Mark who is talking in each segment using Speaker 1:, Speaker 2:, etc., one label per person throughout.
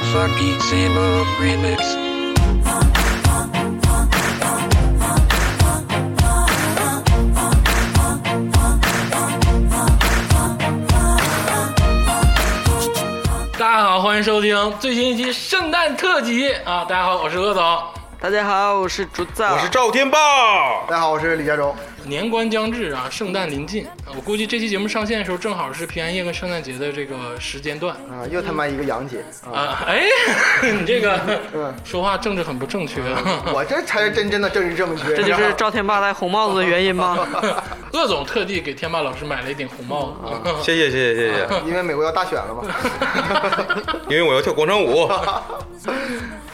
Speaker 1: Sasaki Sabo Remix.
Speaker 2: Hello，大家好，欢迎收听最新一期圣诞特辑啊！大家好，我是鄂总。
Speaker 3: 大家好，我是竹子，我
Speaker 4: 啊
Speaker 5: 我是赵天霸，
Speaker 4: 大家好，我是李佳洲。
Speaker 2: 年关将至啊，圣诞临近，啊我估计这期节目上线的时候，正好是平安夜跟圣诞节的这个时间段
Speaker 4: 啊，又他妈一个洋节啊！
Speaker 2: 啊。哎，你这个
Speaker 4: 嗯
Speaker 2: 说话政治很不正确。啊
Speaker 4: 我这才是真正的政治正确。
Speaker 3: 这就是赵天霸戴红帽子的原因 吗？
Speaker 2: 鄂总特地给天霸老师买了一顶红帽子。
Speaker 5: 谢谢谢谢谢谢，
Speaker 4: 因为美国要大选了嘛。
Speaker 5: 因为我要跳广 场舞，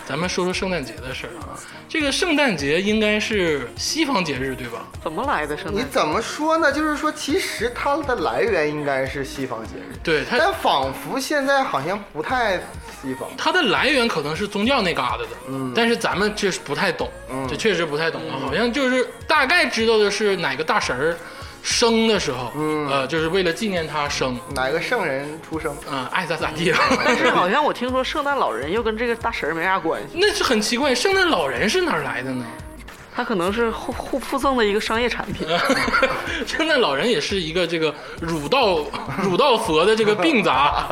Speaker 2: 咱们说说圣诞节的事儿啊，这个圣诞节应该是西方节日对吧？
Speaker 3: 怎么来的圣
Speaker 4: 你
Speaker 3: 诞？
Speaker 4: 怎么说呢？就是说，其实它的来源应该是西方节日，
Speaker 2: 对，它
Speaker 4: 但仿佛现在好像不太西方。
Speaker 2: 它的来源可能是宗教那旮瘩的，
Speaker 4: 嗯
Speaker 2: 但是咱们确实不太懂，
Speaker 4: 嗯
Speaker 2: 这确实不太懂啊，好像就是大概知道的是哪个大神儿生的时候，
Speaker 4: 嗯
Speaker 2: 呃，就是为了纪念他生，
Speaker 4: 哪个圣人出生？
Speaker 2: 嗯、爱咋咋地，
Speaker 3: 但
Speaker 4: 嗯
Speaker 3: 是好像我听说圣诞老人又跟这个大神儿没啥关系，
Speaker 2: 那是很奇怪，圣诞老人是哪儿来的呢？
Speaker 3: 他可能是互互附赠的一个商业产品。
Speaker 2: 圣诞老人也是一个这个儒道 儒道佛的这个病杂，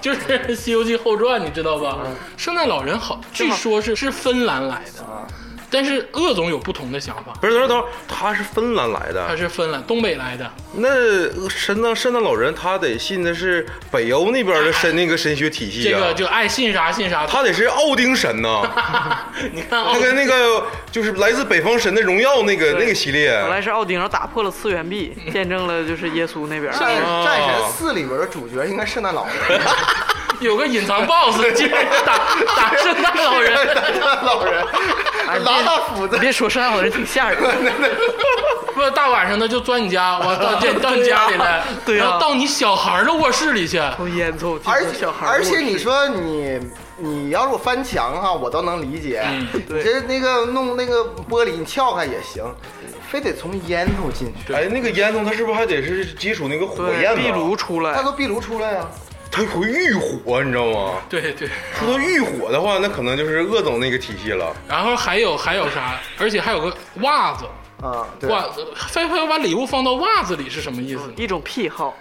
Speaker 2: 就是《西游记后传》，你知道吧？
Speaker 4: 嗯
Speaker 2: 圣诞老人好，据说是是芬兰来的，
Speaker 4: 啊
Speaker 2: 但是鄂总有不同的想法。
Speaker 5: 不是等会儿等会儿，他是芬兰来
Speaker 2: 他
Speaker 5: 的，
Speaker 2: 是芬兰东北来的，
Speaker 5: 那神诞圣诞老人他得信的是北欧 那边的神那个神学体系
Speaker 2: 这
Speaker 5: 啊
Speaker 2: 个，就爱信啥信啥。
Speaker 5: 他得是奥丁神呐，
Speaker 2: 你看啊
Speaker 5: 他，跟那个就是来自北方神的荣耀那个那个系列，
Speaker 3: 本来是奥丁，然后打破了次元 壁，见证了就是耶稣那边。哎
Speaker 4: 战战
Speaker 3: 哦
Speaker 4: 神四里边的主角应该圣诞老人，
Speaker 2: 有个隐藏 BOSS，竟然打打圣诞老人。
Speaker 4: 圣诞老人
Speaker 3: 哎
Speaker 4: 拿大斧子
Speaker 3: 你。别说圣诞老人挺吓人 的，
Speaker 2: 不，大晚上的就钻你家，我到见到你家里来，
Speaker 3: 对啊
Speaker 2: 然后到你小孩儿的卧室里去。
Speaker 3: 抽烟抽，
Speaker 4: 而
Speaker 3: 挺多
Speaker 4: 且
Speaker 3: 小孩儿
Speaker 4: 而且你说你你要是我翻墙哈、我倒能理解。
Speaker 3: 嗯
Speaker 4: 你这那个弄那个玻璃，你撬开也行，非得从烟囱进去。
Speaker 5: 哎，那个烟囱他是不是还得是接触那个火焰
Speaker 3: 对
Speaker 5: 呢
Speaker 3: 壁炉，出
Speaker 4: 它
Speaker 3: 来，
Speaker 4: 都壁炉出来呀、
Speaker 5: 他会浴火，你知道吗？
Speaker 2: 对对，
Speaker 5: 说到浴火的话，那可能就是鄂总那个体系了。
Speaker 2: 然后还有还有啥？而且还有个袜子，
Speaker 4: 啊！对，
Speaker 2: 袜子，非非要把礼物放到袜子里是什么意思呢？
Speaker 3: 一种癖好。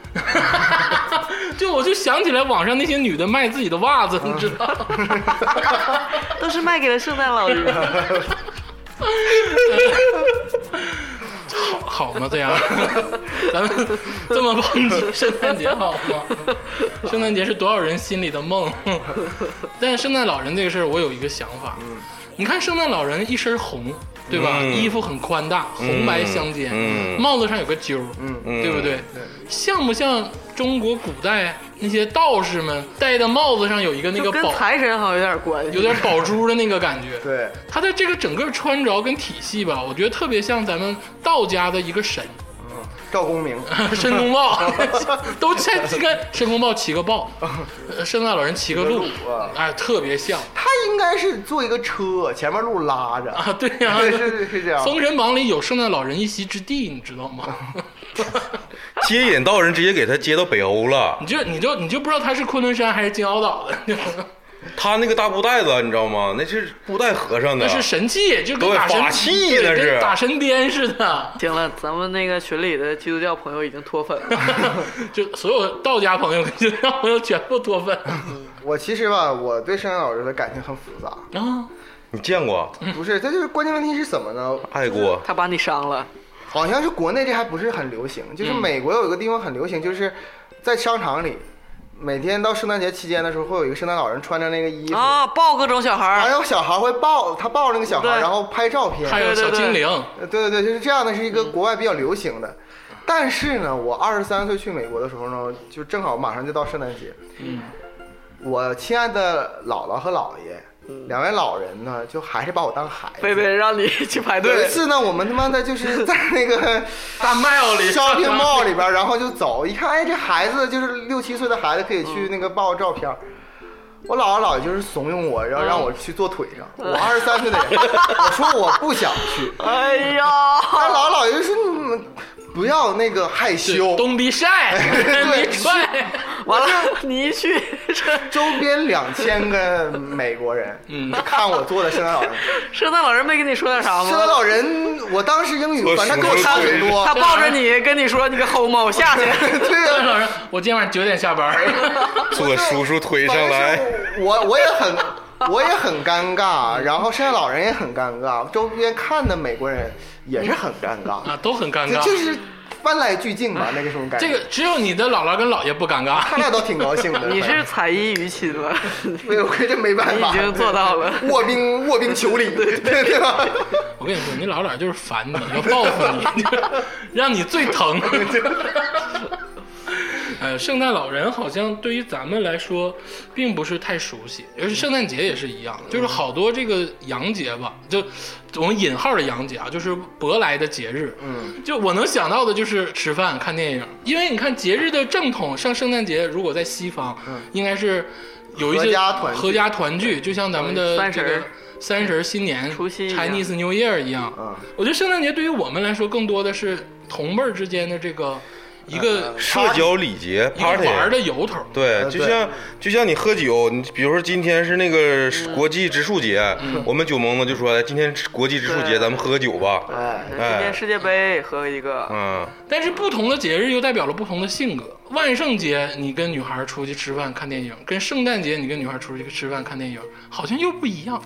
Speaker 2: 就我就想起来网上那些女的卖自己的袜子，你知道吗？
Speaker 3: 都是卖给了圣诞老人。
Speaker 2: 好吗？这样， 咱们这么抨击圣诞节好吗？圣诞节是多少人心里的梦， 但是圣诞老人这个事儿，我有一个想法。你看圣诞老人一身红，对吧？
Speaker 5: 嗯
Speaker 2: 衣服很宽大，红白相间，
Speaker 5: 嗯
Speaker 2: 帽子上有个揪，嗯
Speaker 5: 嗯
Speaker 2: 对不对？像不像中国古代那些道士们戴的帽子上有一 个那个
Speaker 3: 就跟
Speaker 2: 宝，
Speaker 3: 财神好像有点关系，
Speaker 2: 有点宝珠的那个感觉？对
Speaker 4: 对，
Speaker 2: 他的这个整个穿着跟体系吧，我觉得特别像咱们道家的一个神
Speaker 4: 赵 公明，
Speaker 2: 申公豹，都在这个申公豹骑个豹，呃圣诞老人骑个鹿
Speaker 4: 骑个鹿啊，
Speaker 2: 哎，特别像
Speaker 4: 他应该是坐一个车，前面路拉 着。
Speaker 2: 啊，对呀、
Speaker 4: 对，是是是这样。
Speaker 2: 封神榜》里有圣诞老人一席之地，你知道吗？
Speaker 5: 接引道人直接给他接到北欧了，
Speaker 2: 你就你就你就不知道他是昆仑山还是金鳌岛的，
Speaker 5: 他那个大布袋子你知道吗？那是布袋和尚的，
Speaker 2: 那是神器，就跟
Speaker 5: 对
Speaker 2: 打神
Speaker 5: 法器那
Speaker 2: 对跟
Speaker 5: 是
Speaker 2: 打神鞭似的。
Speaker 3: 行了，咱们那个群里的基督教朋友已经脱粉了。
Speaker 2: 就所有道家朋友 跟基督教朋友全部脱粉
Speaker 4: 我其实吧，我对圣诞老人的感情很复杂，
Speaker 2: 啊！
Speaker 5: 你见过？
Speaker 3: 嗯
Speaker 4: 不是，这就是关键问题是什么呢？
Speaker 5: 爱过？
Speaker 3: 他把你伤了，
Speaker 4: 好像是国内这还不是很流行，就是美国有一个地方很流行，就是在商场里，每天到圣诞节期间的时候，会有一个圣诞老人穿着那个衣服，
Speaker 3: 啊，抱各种小孩
Speaker 4: 然
Speaker 3: 儿，
Speaker 4: 后小孩会抱他抱着那个小孩，
Speaker 3: 对
Speaker 4: 然后拍照片。
Speaker 2: 还有小精灵，
Speaker 4: 呃对对对，就是这样的，是一个国外比较流行的。但是呢，我二十三岁去美国的时候呢，就正好马上就到圣诞节，
Speaker 2: 嗯，
Speaker 4: 我亲爱的姥姥和姥爷，两位老人呢，就还是把我当孩
Speaker 3: 菲
Speaker 4: 子。
Speaker 3: 菲让你去排
Speaker 4: 有一
Speaker 3: 队，
Speaker 4: 次呢，我们他妈的就是在那个
Speaker 2: 大麦奥里
Speaker 4: shopping mall 里边儿，然后就走，一看，哎，这孩子就是六七岁的孩子，可以
Speaker 2: 嗯
Speaker 4: 去那个抱照片儿。我姥姥姥爷就是怂恿我，然后
Speaker 2: 嗯
Speaker 4: 让我去坐腿上。我二十三岁的人，我说我不想 去。
Speaker 3: 哎呀，
Speaker 4: 但姥姥姥爷就说你们不要那个害 羞，
Speaker 2: 东逼晒，
Speaker 4: 对
Speaker 2: 你踹，
Speaker 3: 完了，你一去这
Speaker 4: 周边两千个美国人，
Speaker 2: 嗯
Speaker 4: 看我做的圣诞老人，
Speaker 3: 圣诞老人没跟你说 点啥吗？
Speaker 4: 圣诞老人，我当时英语反正跟我差很多，
Speaker 3: 他抱着你跟你说你个 homo 下去，
Speaker 2: 圣
Speaker 4: 对
Speaker 2: 诞
Speaker 4: 啊，
Speaker 2: 老人，我今天晚上九点下班。
Speaker 5: 坐叔叔腿上来，
Speaker 4: 我我也很。 我也很尴尬，然后圣诞老人也很尴尬，周边看的美国人也是很尴尬，
Speaker 2: 啊，都很尴
Speaker 4: 就就
Speaker 2: 尬。
Speaker 4: 是翻来俱进
Speaker 3: 哎
Speaker 4: 吧，那个什么感觉。
Speaker 2: 这个只有你的姥姥跟姥爷不尴尬。
Speaker 4: 他俩都挺高兴的。
Speaker 3: 你是采衣娱亲 了，
Speaker 4: 没有，这没办
Speaker 3: 你
Speaker 4: 法，
Speaker 3: 已经做到了。
Speaker 4: 卧冰卧冰求 鲤，对对吧？
Speaker 2: 我跟你说，你姥姥就是烦你，要报复你， 让你最疼。 呃，圣诞老人好像对于咱们来说，并不是太熟悉，而且圣诞节也是一样，
Speaker 4: 嗯
Speaker 2: 就是好多这个洋节吧，就我们引号的洋节啊，就是舶来的节日。嗯，就我能想到的就是吃饭、看电影，因为你看节日的正统，像圣诞节，如果在西方，应该是有一些
Speaker 4: 嗯合家团聚
Speaker 2: 合家团聚，就像咱们的
Speaker 3: 三十
Speaker 2: 这
Speaker 3: 儿
Speaker 2: 个三十儿新年、
Speaker 3: 除夕一样
Speaker 2: Chinese New Year 一样。
Speaker 4: 嗯
Speaker 2: 我觉得圣诞节对于我们来说，更多的是同辈儿之间的这个一个
Speaker 5: 社交礼节
Speaker 2: 一个玩
Speaker 5: party。
Speaker 2: 儿的由头。
Speaker 5: 对，
Speaker 4: 呃
Speaker 5: 就
Speaker 4: 对
Speaker 5: 像就像你喝酒，你比如说今天是那个国际植树节，我们酒蒙子就说哎今天是国际植树节，
Speaker 3: 对
Speaker 5: 咱们喝个酒吧。
Speaker 4: 哎，
Speaker 3: 今天世界杯喝一个，
Speaker 5: 嗯，
Speaker 2: 但是不同的节日又代表了不同的性格。万圣节你跟女孩儿出去吃饭看电影，跟圣诞节你跟女孩儿出去吃饭看电影，好像又不一样。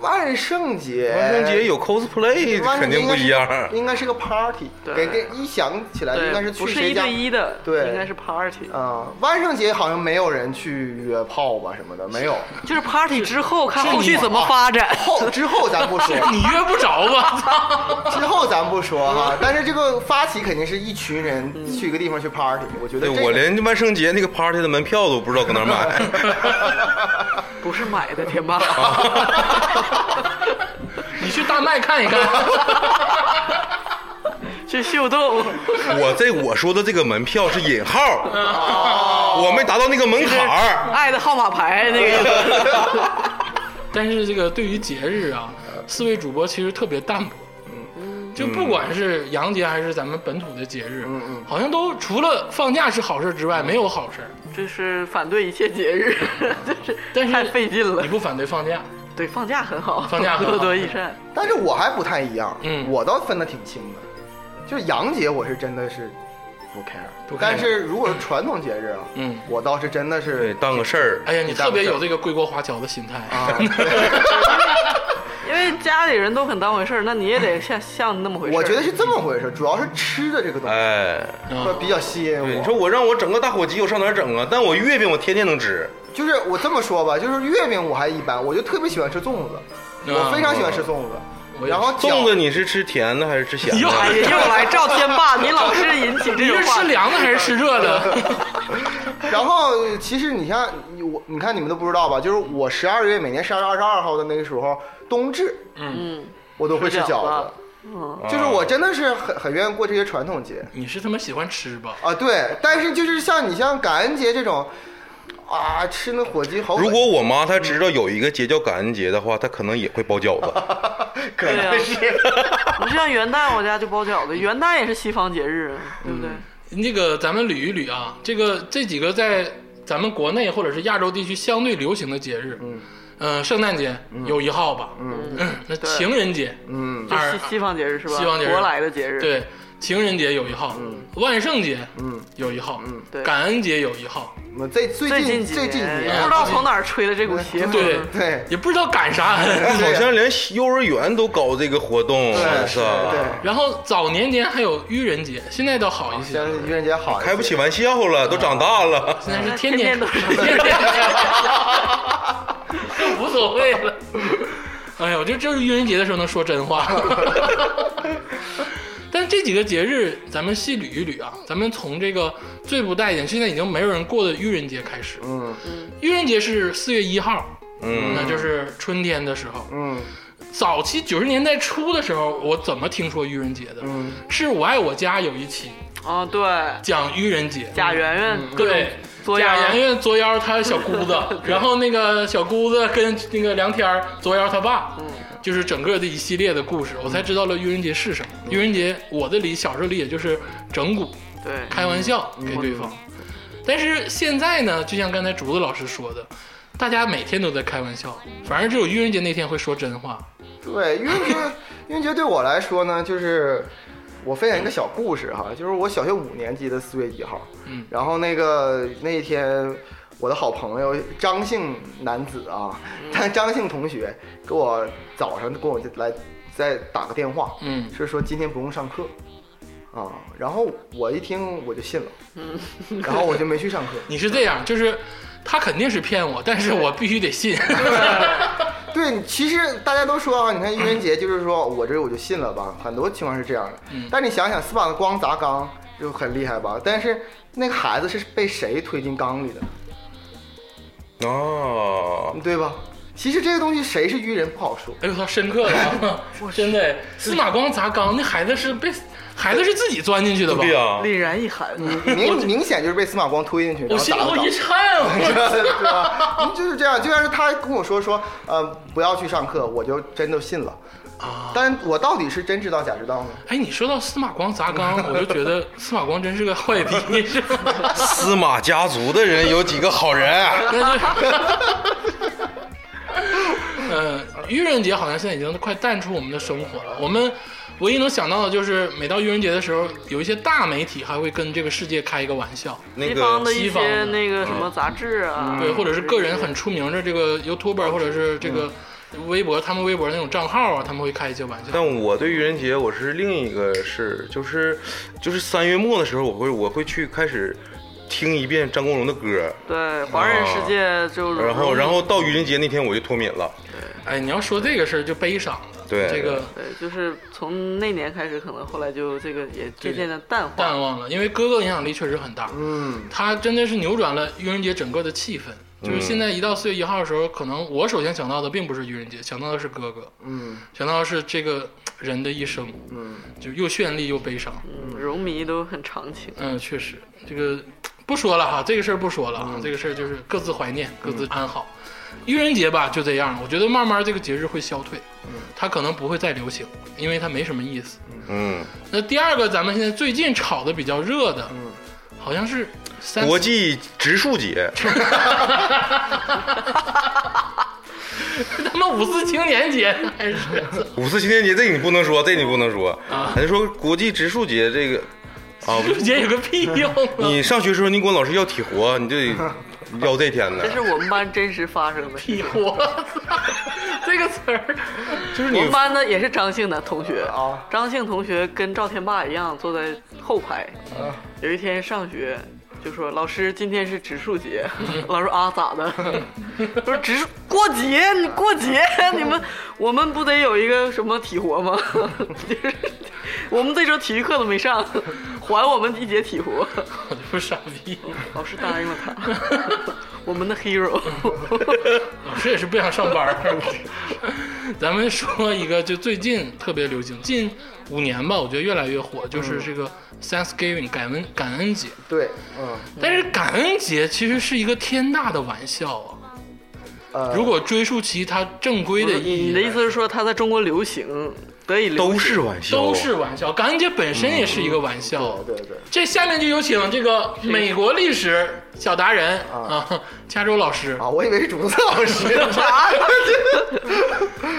Speaker 4: 万圣节，
Speaker 5: 万圣节有 cosplay
Speaker 4: 哎万
Speaker 5: 肯
Speaker 4: 圣
Speaker 5: 定
Speaker 4: 节应
Speaker 5: 不
Speaker 4: 该是
Speaker 5: 一样。
Speaker 4: 应该是个 party，
Speaker 3: 对
Speaker 4: 给给一想起来应该
Speaker 3: 对，
Speaker 4: 是去
Speaker 3: 不是
Speaker 4: 谁
Speaker 3: 一
Speaker 4: 家
Speaker 3: 对。一的，
Speaker 4: 对
Speaker 3: 应该是 party，
Speaker 4: 嗯，万圣节好像没有人去约炮吧什么的，没有。
Speaker 3: 就是 party 之后看后续怎么发展。
Speaker 4: 后 之后咱不说，
Speaker 2: 你约不着 吧？
Speaker 4: 之后咱不说哈。但是这个发起肯定是一群人去一个地方去 party，我觉得
Speaker 5: 对，
Speaker 4: 这个
Speaker 5: 我连万圣节那个 party 的门票都不知道搁哪儿买。
Speaker 3: 不是买的，天霸。
Speaker 4: 哦
Speaker 2: 你去大麦看一 看。
Speaker 3: 去秀逗，
Speaker 5: 我这我说的这个门票是引号，我没达到那个门槛儿。
Speaker 3: 爱的号码牌那个意 思。
Speaker 2: 但是这个对于节日啊，四位主播其实特别淡薄。嗯，就不管是洋节还是咱们本土的节日，嗯嗯，好像都除了放假是好事之外，没有好事。
Speaker 3: 这是反对一切节日， 就是
Speaker 2: 但是
Speaker 3: 太费劲了
Speaker 2: 你。不反对放假？
Speaker 3: 对，放假很好，
Speaker 2: 放假很好
Speaker 3: 多多益善。
Speaker 4: 但是我还不太一样，
Speaker 2: 嗯
Speaker 4: 我倒分得挺清的，就是洋节我是真的是不 care，,
Speaker 2: 不 care
Speaker 4: 但是如果是传统节日啊，
Speaker 2: 嗯
Speaker 4: 我倒是真的
Speaker 5: 对，
Speaker 4: 是
Speaker 5: 当个事儿。
Speaker 2: 哎呀，你特别有这个归国华侨的心态
Speaker 4: 啊，
Speaker 2: 啊！
Speaker 3: 因为家里人都很当回事儿，那你也得像像那么回事儿。
Speaker 4: 我觉得是这么回事，主要是吃的这个东西、
Speaker 5: 哎，
Speaker 2: 嗯
Speaker 4: 比较吸引
Speaker 5: 对，你
Speaker 4: 我。
Speaker 5: 说我让我整个大火鸡，我上哪儿整啊？但我月饼我天天能吃。
Speaker 4: 就是我这么说吧，就是月饼我还一般，我就特别喜欢吃粽
Speaker 2: 啊
Speaker 4: 子，我非常喜欢吃粽子。
Speaker 2: 我也是
Speaker 4: 然后
Speaker 5: 粽
Speaker 4: 饺
Speaker 5: 子你是吃甜的还啊是吃咸
Speaker 2: 哟
Speaker 3: 哎
Speaker 5: 的？
Speaker 3: 呀，又来赵天霸，你老是引起
Speaker 2: 你
Speaker 3: 这
Speaker 2: 是
Speaker 3: 种话
Speaker 2: 吃
Speaker 3: 题。
Speaker 2: 凉的还是吃热 的？
Speaker 4: 然后其实你像你我，你看你们都不知道吧？就是我十二月每年十二月二十二号的那个时候，冬至
Speaker 3: 嗯，
Speaker 4: 我都会吃
Speaker 3: 吃饺
Speaker 4: 饺
Speaker 3: 子
Speaker 4: 子。就是我真的是很很愿意过这些传统节
Speaker 2: 你是他妈喜欢吃吧？
Speaker 4: 啊，对。但是就是像你像感恩节这种，啊，吃那火鸡好恶心。
Speaker 5: 如果我妈她知道有一个节叫感恩节的话，她可能也会包饺子。
Speaker 4: 可能是
Speaker 3: 啊你就像元旦，我家就包饺子，元旦也是西方节日，对不对？
Speaker 2: 那个咱们捋一捋啊，这个这几个在咱们国内或者是亚洲地区相对流行的节日，嗯，圣诞节有一号吧，嗯，那情人节，
Speaker 4: 嗯，
Speaker 3: 就
Speaker 2: 二
Speaker 3: 西西方节日是吧？
Speaker 2: 西方节日
Speaker 3: 国来的节日。
Speaker 2: 对，情人节有一号，万圣节，嗯，有一号，嗯
Speaker 3: 对
Speaker 2: 感恩节有一号，
Speaker 4: 我最最
Speaker 3: 最
Speaker 4: 近
Speaker 3: 几
Speaker 4: 最近几
Speaker 3: 不
Speaker 4: 年嗯
Speaker 3: 知道从哪儿吹的这股邪风。
Speaker 2: 对
Speaker 4: 对
Speaker 2: 也不知道赶 啥恩。
Speaker 5: 哎好像连幼儿园都搞这个活动，
Speaker 4: 对
Speaker 5: 我
Speaker 4: 是
Speaker 5: 操！
Speaker 4: 对，
Speaker 2: 然后早年间还有愚人节，现在倒好一些，
Speaker 4: 像愚人节好一些
Speaker 5: 开不起玩笑了，都长大了。
Speaker 2: 现在是
Speaker 3: 嗯天
Speaker 2: 天
Speaker 3: 天都是
Speaker 2: 天 天就无所谓了。哎呀，我觉得就是愚人节的时候能说真 话。但这几个节日，咱们细捋一捋啊，咱们从这个最不待见，现在已经没有人过的愚人节开始。
Speaker 4: 嗯
Speaker 2: 愚人节是四月一号，
Speaker 5: 嗯
Speaker 2: 那就是春天的时候。
Speaker 4: 嗯
Speaker 2: 早期九十年代初的时候，我怎么听说愚人节的？
Speaker 4: 嗯，
Speaker 2: 是我爱我家有一期
Speaker 3: 啊，对，
Speaker 2: 讲愚人节，
Speaker 3: 贾圆圆各种
Speaker 2: 对，
Speaker 3: 作
Speaker 2: 贾
Speaker 3: 样
Speaker 2: 圆圆作妖他小姑 子，然后那个小姑子跟那个梁天儿作妖他爸，
Speaker 3: 嗯
Speaker 2: 就是整个的一系列的故事，我才知道了愚人节是什么。
Speaker 3: 嗯
Speaker 2: 嗯愚人节我的理小时候理解就是整蛊、
Speaker 3: 对，
Speaker 2: 开玩笑给对方。但是现在呢，就像刚才竹子老师说的，大家每天都在开玩笑，反而只有愚人节那天会说真话。
Speaker 4: 对，愚人节，愚人节对我来说呢，就是我分享一个小故事哈，就是我小学五年级的四月一号，
Speaker 2: 嗯
Speaker 4: 然后那个那一天，我的好朋友张姓男子啊，
Speaker 2: 嗯
Speaker 4: 他张姓同学给我早上跟我就来再打个电话，
Speaker 2: 嗯
Speaker 4: 是说今天不用上课。啊、然后我一听我就信了，
Speaker 2: 嗯
Speaker 4: 然后我就没去上课。
Speaker 2: 你是这样，就是他肯定是骗我，但是我必须得 信。哎
Speaker 4: 对，其实大家都说啊，你看愚人节就是说我这我就信了吧，很多情况是这样的。
Speaker 2: 嗯
Speaker 4: 但你想想，斯把的光砸缸就很厉害吧？但是那个孩子是被谁推进缸里的，嗯
Speaker 5: 哦，
Speaker 4: 对吧？其实这个东西谁是愚人不好说。
Speaker 2: 哎呦，他深刻了啊，真的。司马光砸缸，那孩子是被孩子是自己钻进去的吧？
Speaker 5: 对呀，
Speaker 3: 凛然一寒。
Speaker 4: 明明显就是被司马光推进去，
Speaker 2: 我
Speaker 4: 然后
Speaker 2: 心
Speaker 4: 打
Speaker 2: 头
Speaker 4: 了
Speaker 2: 一颤，我
Speaker 4: 对吧？嗯就是这样，就像是他跟我说说，呃，不要去上课，我就真的信了。
Speaker 2: 啊！
Speaker 4: 但我到底是真知道假知道呢？
Speaker 2: 哎，你说到司马光砸缸，我就觉得司马光真是个坏逼，是吧？
Speaker 5: 司马家族的人有几个好人？啊
Speaker 2: 但是，呃，愚人节好像现在已经快淡出我们的生活了。我们唯一能想到的就是，每到愚人节的时候，有一些大媒体还会跟这个世界开一个玩笑，
Speaker 5: 那
Speaker 3: 西方
Speaker 5: 个
Speaker 3: 的一
Speaker 2: 西方
Speaker 3: 些
Speaker 2: 的嗯
Speaker 3: 那个什么杂志啊，
Speaker 2: 对，或者是个人很出名的这个 YouTuber 或者是这个微博，他们微博那种账号啊，他们会开一些玩笑。
Speaker 5: 但我对愚人节我是另一个事，就是就是三月末的时候，我会我会去开始听一遍张国荣的歌，
Speaker 3: 对华人世界就
Speaker 5: 哦
Speaker 4: 嗯
Speaker 5: 然后然后到愚人节那天我就脱敏了。
Speaker 2: 哎，你要说这个事儿就悲伤了，
Speaker 5: 对
Speaker 2: 这个
Speaker 3: 对，就是从那年开始，可能后来就这个也渐渐的淡化。
Speaker 2: 淡忘了，因为哥哥影响力确实很大。
Speaker 4: 嗯，
Speaker 2: 他真的是扭转了愚人节整个的气氛。就是现在一到四月一号的时候，可能我首先想到的并不是愚人节，想到的是哥哥，
Speaker 4: 嗯
Speaker 2: 想到的是这个人的一生，
Speaker 4: 嗯，
Speaker 2: 就又绚丽又悲伤。
Speaker 3: 嗯，荣迷都很长情。
Speaker 2: 嗯，确实，这个不说了哈，这个事儿不说了啊，
Speaker 4: 嗯
Speaker 2: 这个事儿就是各自怀念，各自安好。愚人节吧，就这样，我觉得慢慢这个节日会消退，
Speaker 4: 嗯
Speaker 2: 它可能不会再流行，因为它没什么意思。
Speaker 5: 嗯，
Speaker 2: 那第二个，咱们现在最近炒的比较热的，
Speaker 3: 嗯
Speaker 2: 好像是三
Speaker 5: 国际植树节，
Speaker 2: 他妈五四 青年节还 是
Speaker 5: 五四青年节，这你不能说，这你不能说。
Speaker 2: 啊
Speaker 5: 咱说国际植树节这个啊，
Speaker 2: 愚人节有个屁用啊！
Speaker 5: 你上学时候你管老师要体活，你就得要这天呢
Speaker 3: 这。是我们班真实发生的事。
Speaker 2: 屁活，这个词儿
Speaker 5: 就是
Speaker 3: 我
Speaker 5: 你
Speaker 3: 们班呢也是张姓的同学
Speaker 4: 啊，
Speaker 3: 张姓同学跟赵天霸一样坐在后排。
Speaker 5: 啊
Speaker 3: 有一天上学就说：“老师，今天是植树 节。”老师啊，咋的？ 说植树过节，你过节， 你们我们不得有一个什么体活吗？ 就是我们这周体育课都没上，还我们一节体活。
Speaker 2: 我就不傻逼，
Speaker 3: 老师答应了他， 我们的 hero。
Speaker 2: 老师也是不想上班儿。咱们说一个，就最近特别流行，近五年吧，我觉得越来越火，就是
Speaker 3: 嗯
Speaker 2: 这个 Thanksgiving 感恩感恩节。
Speaker 4: 对，嗯
Speaker 2: 但是感恩节其实是一个天大的玩笑啊！
Speaker 4: 呃，
Speaker 2: 如果追溯其它正规的意义，
Speaker 3: 你的意嗯思是说它在中国流行，得以流
Speaker 5: 都
Speaker 3: 行
Speaker 5: 是玩笑，
Speaker 2: 都是玩笑，感恩节本身也是一个玩笑。
Speaker 4: 哦嗯对对对，
Speaker 2: 这下面就有请这个美国历史小达人
Speaker 4: 啊
Speaker 2: 啊，加州老师，
Speaker 4: 啊，我以为是竹子老师。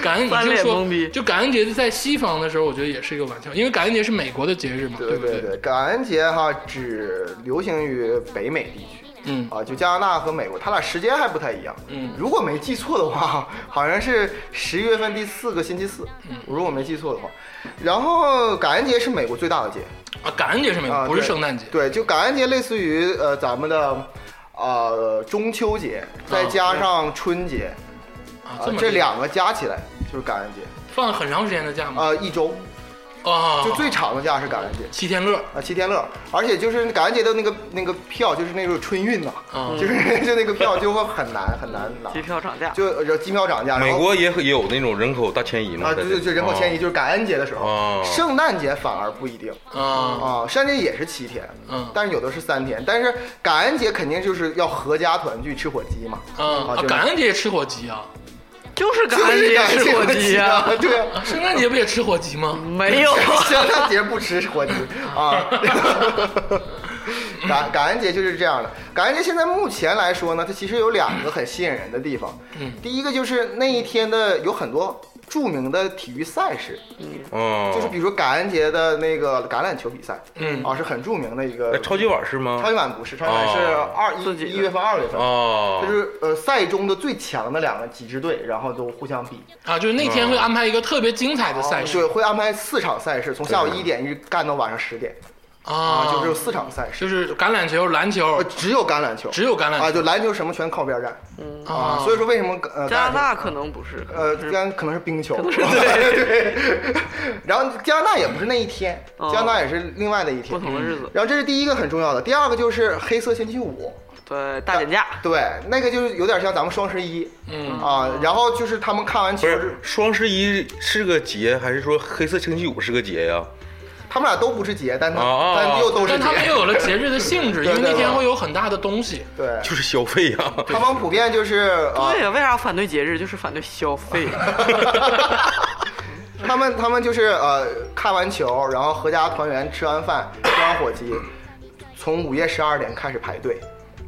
Speaker 2: 感恩
Speaker 3: 翻
Speaker 2: 你就
Speaker 3: 脸
Speaker 2: 说
Speaker 3: 懵逼，
Speaker 2: 就感恩节在西方的时候，我觉得也是一个玩笑，因为感恩节是美国的节日嘛，
Speaker 4: 对
Speaker 2: 不
Speaker 4: 对对，感恩节哈只流行于北美地区。
Speaker 2: 嗯
Speaker 4: 啊，就加拿大和美国，它俩时间还不太一样。
Speaker 2: 嗯
Speaker 4: 如果没记错的话，好像是十一月份第四个星期四。嗯，如果我没记错的话，然后感恩节是美国最大的节
Speaker 2: 啊，感恩节是美国，
Speaker 4: 啊，
Speaker 2: 不是
Speaker 4: 对
Speaker 2: 圣诞节。
Speaker 4: 对，就感恩节类似于呃咱们的呃中秋节，再
Speaker 2: 啊
Speaker 4: 加上春节，
Speaker 2: 啊，
Speaker 4: 啊
Speaker 2: 么
Speaker 4: 这
Speaker 2: 厉害
Speaker 4: 两个加起来就是感恩节。
Speaker 2: 放了很长时间的假嘛，
Speaker 4: 呃，一周
Speaker 2: 啊，
Speaker 4: 就最长的假是感恩节。
Speaker 2: 七天乐
Speaker 4: 啊，七天乐，而且就是感恩节的那个那个票，就是那种春运呐、
Speaker 2: 啊，
Speaker 4: 就是
Speaker 3: 嗯
Speaker 4: 就那个票就会很难很难拿，
Speaker 3: 机票涨价。
Speaker 4: 就呃机票涨价。然
Speaker 5: 美
Speaker 4: 后
Speaker 5: 国也也有那种人口大迁移嘛，
Speaker 4: 啊，对对哦对，人口迁移
Speaker 5: 移
Speaker 4: 就是感恩节的时候，
Speaker 5: 啊，
Speaker 4: 圣诞节反而不一定
Speaker 3: 嗯
Speaker 2: 啊，
Speaker 4: 啊，圣诞节也是七天，
Speaker 2: 嗯
Speaker 4: 但是有的是三天，但是感恩节肯定就是要合家团聚吃火鸡嘛，
Speaker 2: 啊
Speaker 3: 嗯
Speaker 4: 啊，就
Speaker 2: 感恩节也吃火鸡啊，
Speaker 3: 就是感
Speaker 4: 就
Speaker 3: 恩
Speaker 4: 是
Speaker 3: 节
Speaker 4: 感恩
Speaker 3: 吃火
Speaker 4: 鸡
Speaker 3: 鸡啊，
Speaker 4: 啊， 对啊。
Speaker 2: 圣诞节不也吃火鸡吗？
Speaker 3: 没有。
Speaker 4: 圣诞节不吃火鸡啊，啊 感感恩节就是这样的。感恩节现在目前来说呢，它其实有两个很吸引人的地方。
Speaker 2: 嗯
Speaker 4: 第一个就是那一天的有很多著名的体育赛事，
Speaker 5: 嗯，
Speaker 4: 就是比如说感恩节的那个橄榄球比赛，
Speaker 2: 嗯
Speaker 4: 啊是很著名的一个
Speaker 5: 哎。超级碗是吗？
Speaker 4: 超级碗不是，超级碗是
Speaker 5: 哦
Speaker 4: 二
Speaker 3: 自己
Speaker 4: 一
Speaker 3: 的
Speaker 4: 一月份、二月份，
Speaker 5: 哦，
Speaker 4: 就是呃赛中的最强的两个几支队，然后都互相比。啊
Speaker 2: 啊，就是那天会安排一个特别精彩的赛
Speaker 4: 对，
Speaker 2: 事
Speaker 4: 会安排四场赛事，从下午一点一直干到晚上十点
Speaker 2: 啊
Speaker 4: 啊，，就是有四场赛事，
Speaker 2: 就是橄榄球、篮球
Speaker 4: 呃，只有橄榄球，
Speaker 2: 只有橄榄球哦
Speaker 4: 啊，就篮球什么全靠边站啊，所以说为什么呃
Speaker 3: 加拿
Speaker 4: 大
Speaker 3: 大可能不是，可
Speaker 4: 呃，
Speaker 3: 能
Speaker 4: 这
Speaker 3: 是
Speaker 4: 边可能是冰球，对，然后加拿大也不是那一天，
Speaker 3: 哦
Speaker 4: 加拿大也是另外的一天
Speaker 3: 不，同的日
Speaker 2: 嗯
Speaker 3: 子。
Speaker 4: 然后这是第一个很重要的，第二个就是黑色星期五，
Speaker 3: 对，大减价，
Speaker 4: 对，那个就是有点像咱们双十一，
Speaker 2: 嗯
Speaker 4: 啊，然后就是他们看完球
Speaker 5: 不
Speaker 4: 之
Speaker 5: 是双十一是个节，还是说黑色星期五是个节呀？
Speaker 4: 他们俩都不是节，但他
Speaker 5: 哦
Speaker 4: 但又都是
Speaker 2: 但他们
Speaker 4: 节，
Speaker 2: 又有了节日的性 质，因
Speaker 4: 对
Speaker 2: 为
Speaker 4: 对
Speaker 2: 那天
Speaker 4: 对
Speaker 2: 会有很大的东西。
Speaker 4: 对，
Speaker 5: 就是消费呀。
Speaker 4: 他们普遍就是
Speaker 2: 嗯
Speaker 4: 啊，
Speaker 3: 对呀，为啥反对节日？就是反对消费。
Speaker 4: 他们他们就是呃，看完球，然后合家团圆，吃完饭，吃完火鸡，从午夜十二点开始排队，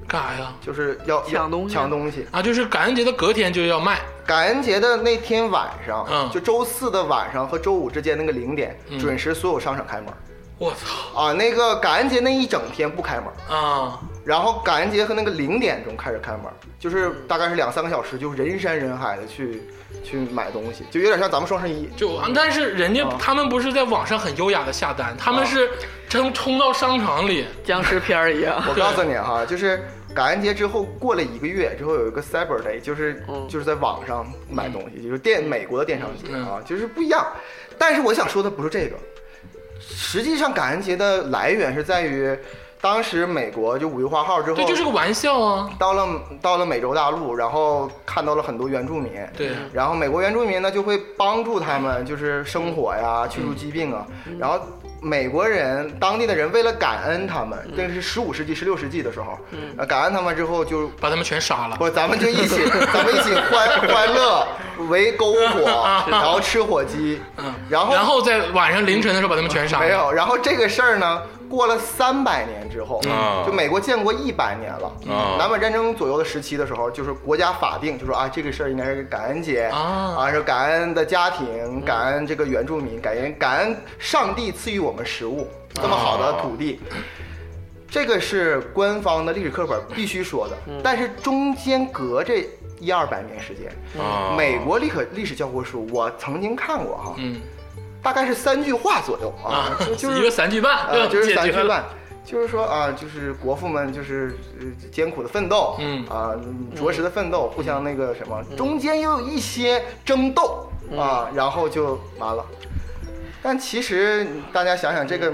Speaker 2: 干啥呀？
Speaker 4: 就是要
Speaker 3: 抢
Speaker 4: 要
Speaker 3: 东西
Speaker 4: 抢东西。
Speaker 2: 啊，就是感恩节的隔天就要卖，
Speaker 4: 感恩节的那天晚上，
Speaker 2: 嗯
Speaker 4: 就周四的晚上和周五之间那个零点，准时所有商场开门。
Speaker 2: 我操
Speaker 4: 啊，那个感恩节那一整天不开门，
Speaker 2: 啊！
Speaker 4: 然后感恩节和那个零点钟开始开门，就是大概是两三个小时，就人山人海的去去买东西，就有点像咱们双十一。
Speaker 2: 就啊但是人家
Speaker 4: 啊
Speaker 2: 他们不是在网上很优雅的下单，他们是冲冲到商场里
Speaker 3: 僵尸片儿一样。
Speaker 4: 我告诉你哈，就是感恩节之后过了一个月之后有一个 Cyber Day，就是、
Speaker 3: 嗯
Speaker 4: 就是在网上买东西，就是电美国的电商节、
Speaker 2: 嗯
Speaker 4: 啊，就是不一样。但是我想说的不是这个，实际上感恩节的来源是在于当时美国就五月花号之后，嗯
Speaker 2: 对，就是个玩笑啊。
Speaker 4: 到了到了美洲大陆，然后看到了很多原住民，
Speaker 2: 对，
Speaker 4: 然后美国原住民呢就会帮助他们，就是生火呀、去除疾病啊。然后美国人、当地的人为了感恩他们，这是十五世纪、十六世纪的时候，呃感恩他们之后就。
Speaker 2: 把他们全杀了
Speaker 4: 不，咱们就一起，咱们一起欢欢乐，围篝火，然后吃火鸡， 然后
Speaker 2: 然后在晚上凌晨的时候把他们全杀了。
Speaker 4: 没有，然后这个事儿呢，过了三百年之后，
Speaker 2: 啊
Speaker 5: 嗯
Speaker 4: 就美国建国一百年了，
Speaker 5: 嗯
Speaker 4: 南北战争左右的时期的时候，就是国家法定就说啊，这个事儿应该是感恩节
Speaker 2: 啊
Speaker 4: 是感恩的家庭，感恩这个原住民，感恩感恩上帝赐予我们食物，这么好的
Speaker 2: 啊
Speaker 4: 土地。这个是官方的历史课本必须说的，但是中间隔这一二百年时间，
Speaker 5: 啊，
Speaker 4: 美国历史历史教科书我曾经看过哈，
Speaker 2: 嗯
Speaker 4: 大概是三句话左右啊
Speaker 2: 啊，，
Speaker 4: 就就 是
Speaker 2: 一个三句半，
Speaker 4: 呃， 就是
Speaker 2: 啊解
Speaker 4: 三
Speaker 2: 决
Speaker 4: 句
Speaker 2: 了。
Speaker 4: 半，就是说啊，就是国父们就是呃艰苦的奋斗，
Speaker 2: 嗯
Speaker 4: 啊，着实的奋斗，互相那个什么，中间又有一些争斗啊，然后就完了。但其实大家想想，这个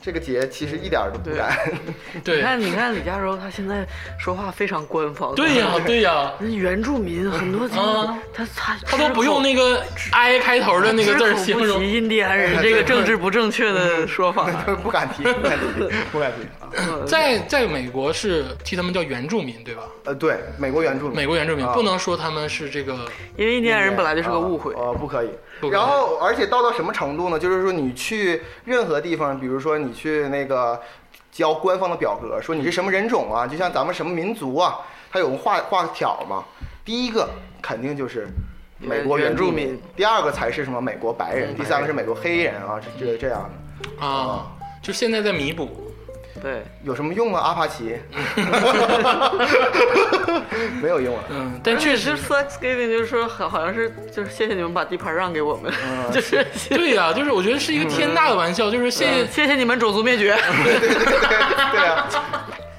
Speaker 4: 这个节其实一点儿都不 难，
Speaker 2: 嗯对
Speaker 3: 你看，你看李佳柔，她现在说话非常官方。
Speaker 2: 对 呀对呀，
Speaker 3: 人原住民很多地
Speaker 2: 啊
Speaker 3: 方，他他
Speaker 2: 他都不用那个 I 开头的那个字儿
Speaker 3: 只
Speaker 2: 形
Speaker 3: 口不
Speaker 2: 容。哎
Speaker 3: 及印第安人这个政治不正确
Speaker 2: 嗯
Speaker 3: 的 说法。
Speaker 4: 不敢提，不敢提，不敢提啊。
Speaker 2: 在在美国是替他们叫原住民，对吧？
Speaker 4: 呃，对，美国原著，
Speaker 2: 美国原住民
Speaker 4: 啊
Speaker 2: 不能说他们是这个
Speaker 3: 因为印第安人本来就是个误会
Speaker 2: 嗯
Speaker 4: 啊，啊不可以
Speaker 2: 不。可以
Speaker 4: 然后，而且到到什么程度呢？就是说，你去任何地方，比如说你去那个交官方的表格，说你是什么人种啊，就像咱们什么民族啊，它有个画画条嘛。第一个肯定就是美国
Speaker 3: 原
Speaker 4: 原住
Speaker 3: 原住
Speaker 4: 民
Speaker 3: 民，嗯
Speaker 4: 第二个才是什么美国白人，第三个是美国黑人啊，这这这样的
Speaker 2: 啊，就现在在弥补。
Speaker 3: 对，
Speaker 4: 有什么用啊？阿帕奇，
Speaker 3: 嗯
Speaker 4: 没有用啊。
Speaker 2: 嗯，但确实
Speaker 3: 就 Thanksgiving 就是说，好好像是就是谢谢你们把地盘让给我们， 就是谢
Speaker 2: 对嗯呀、就是我觉得是一个天大的玩笑，就是谢谢
Speaker 3: 谢谢你们种族灭绝。
Speaker 4: 对对对对啊，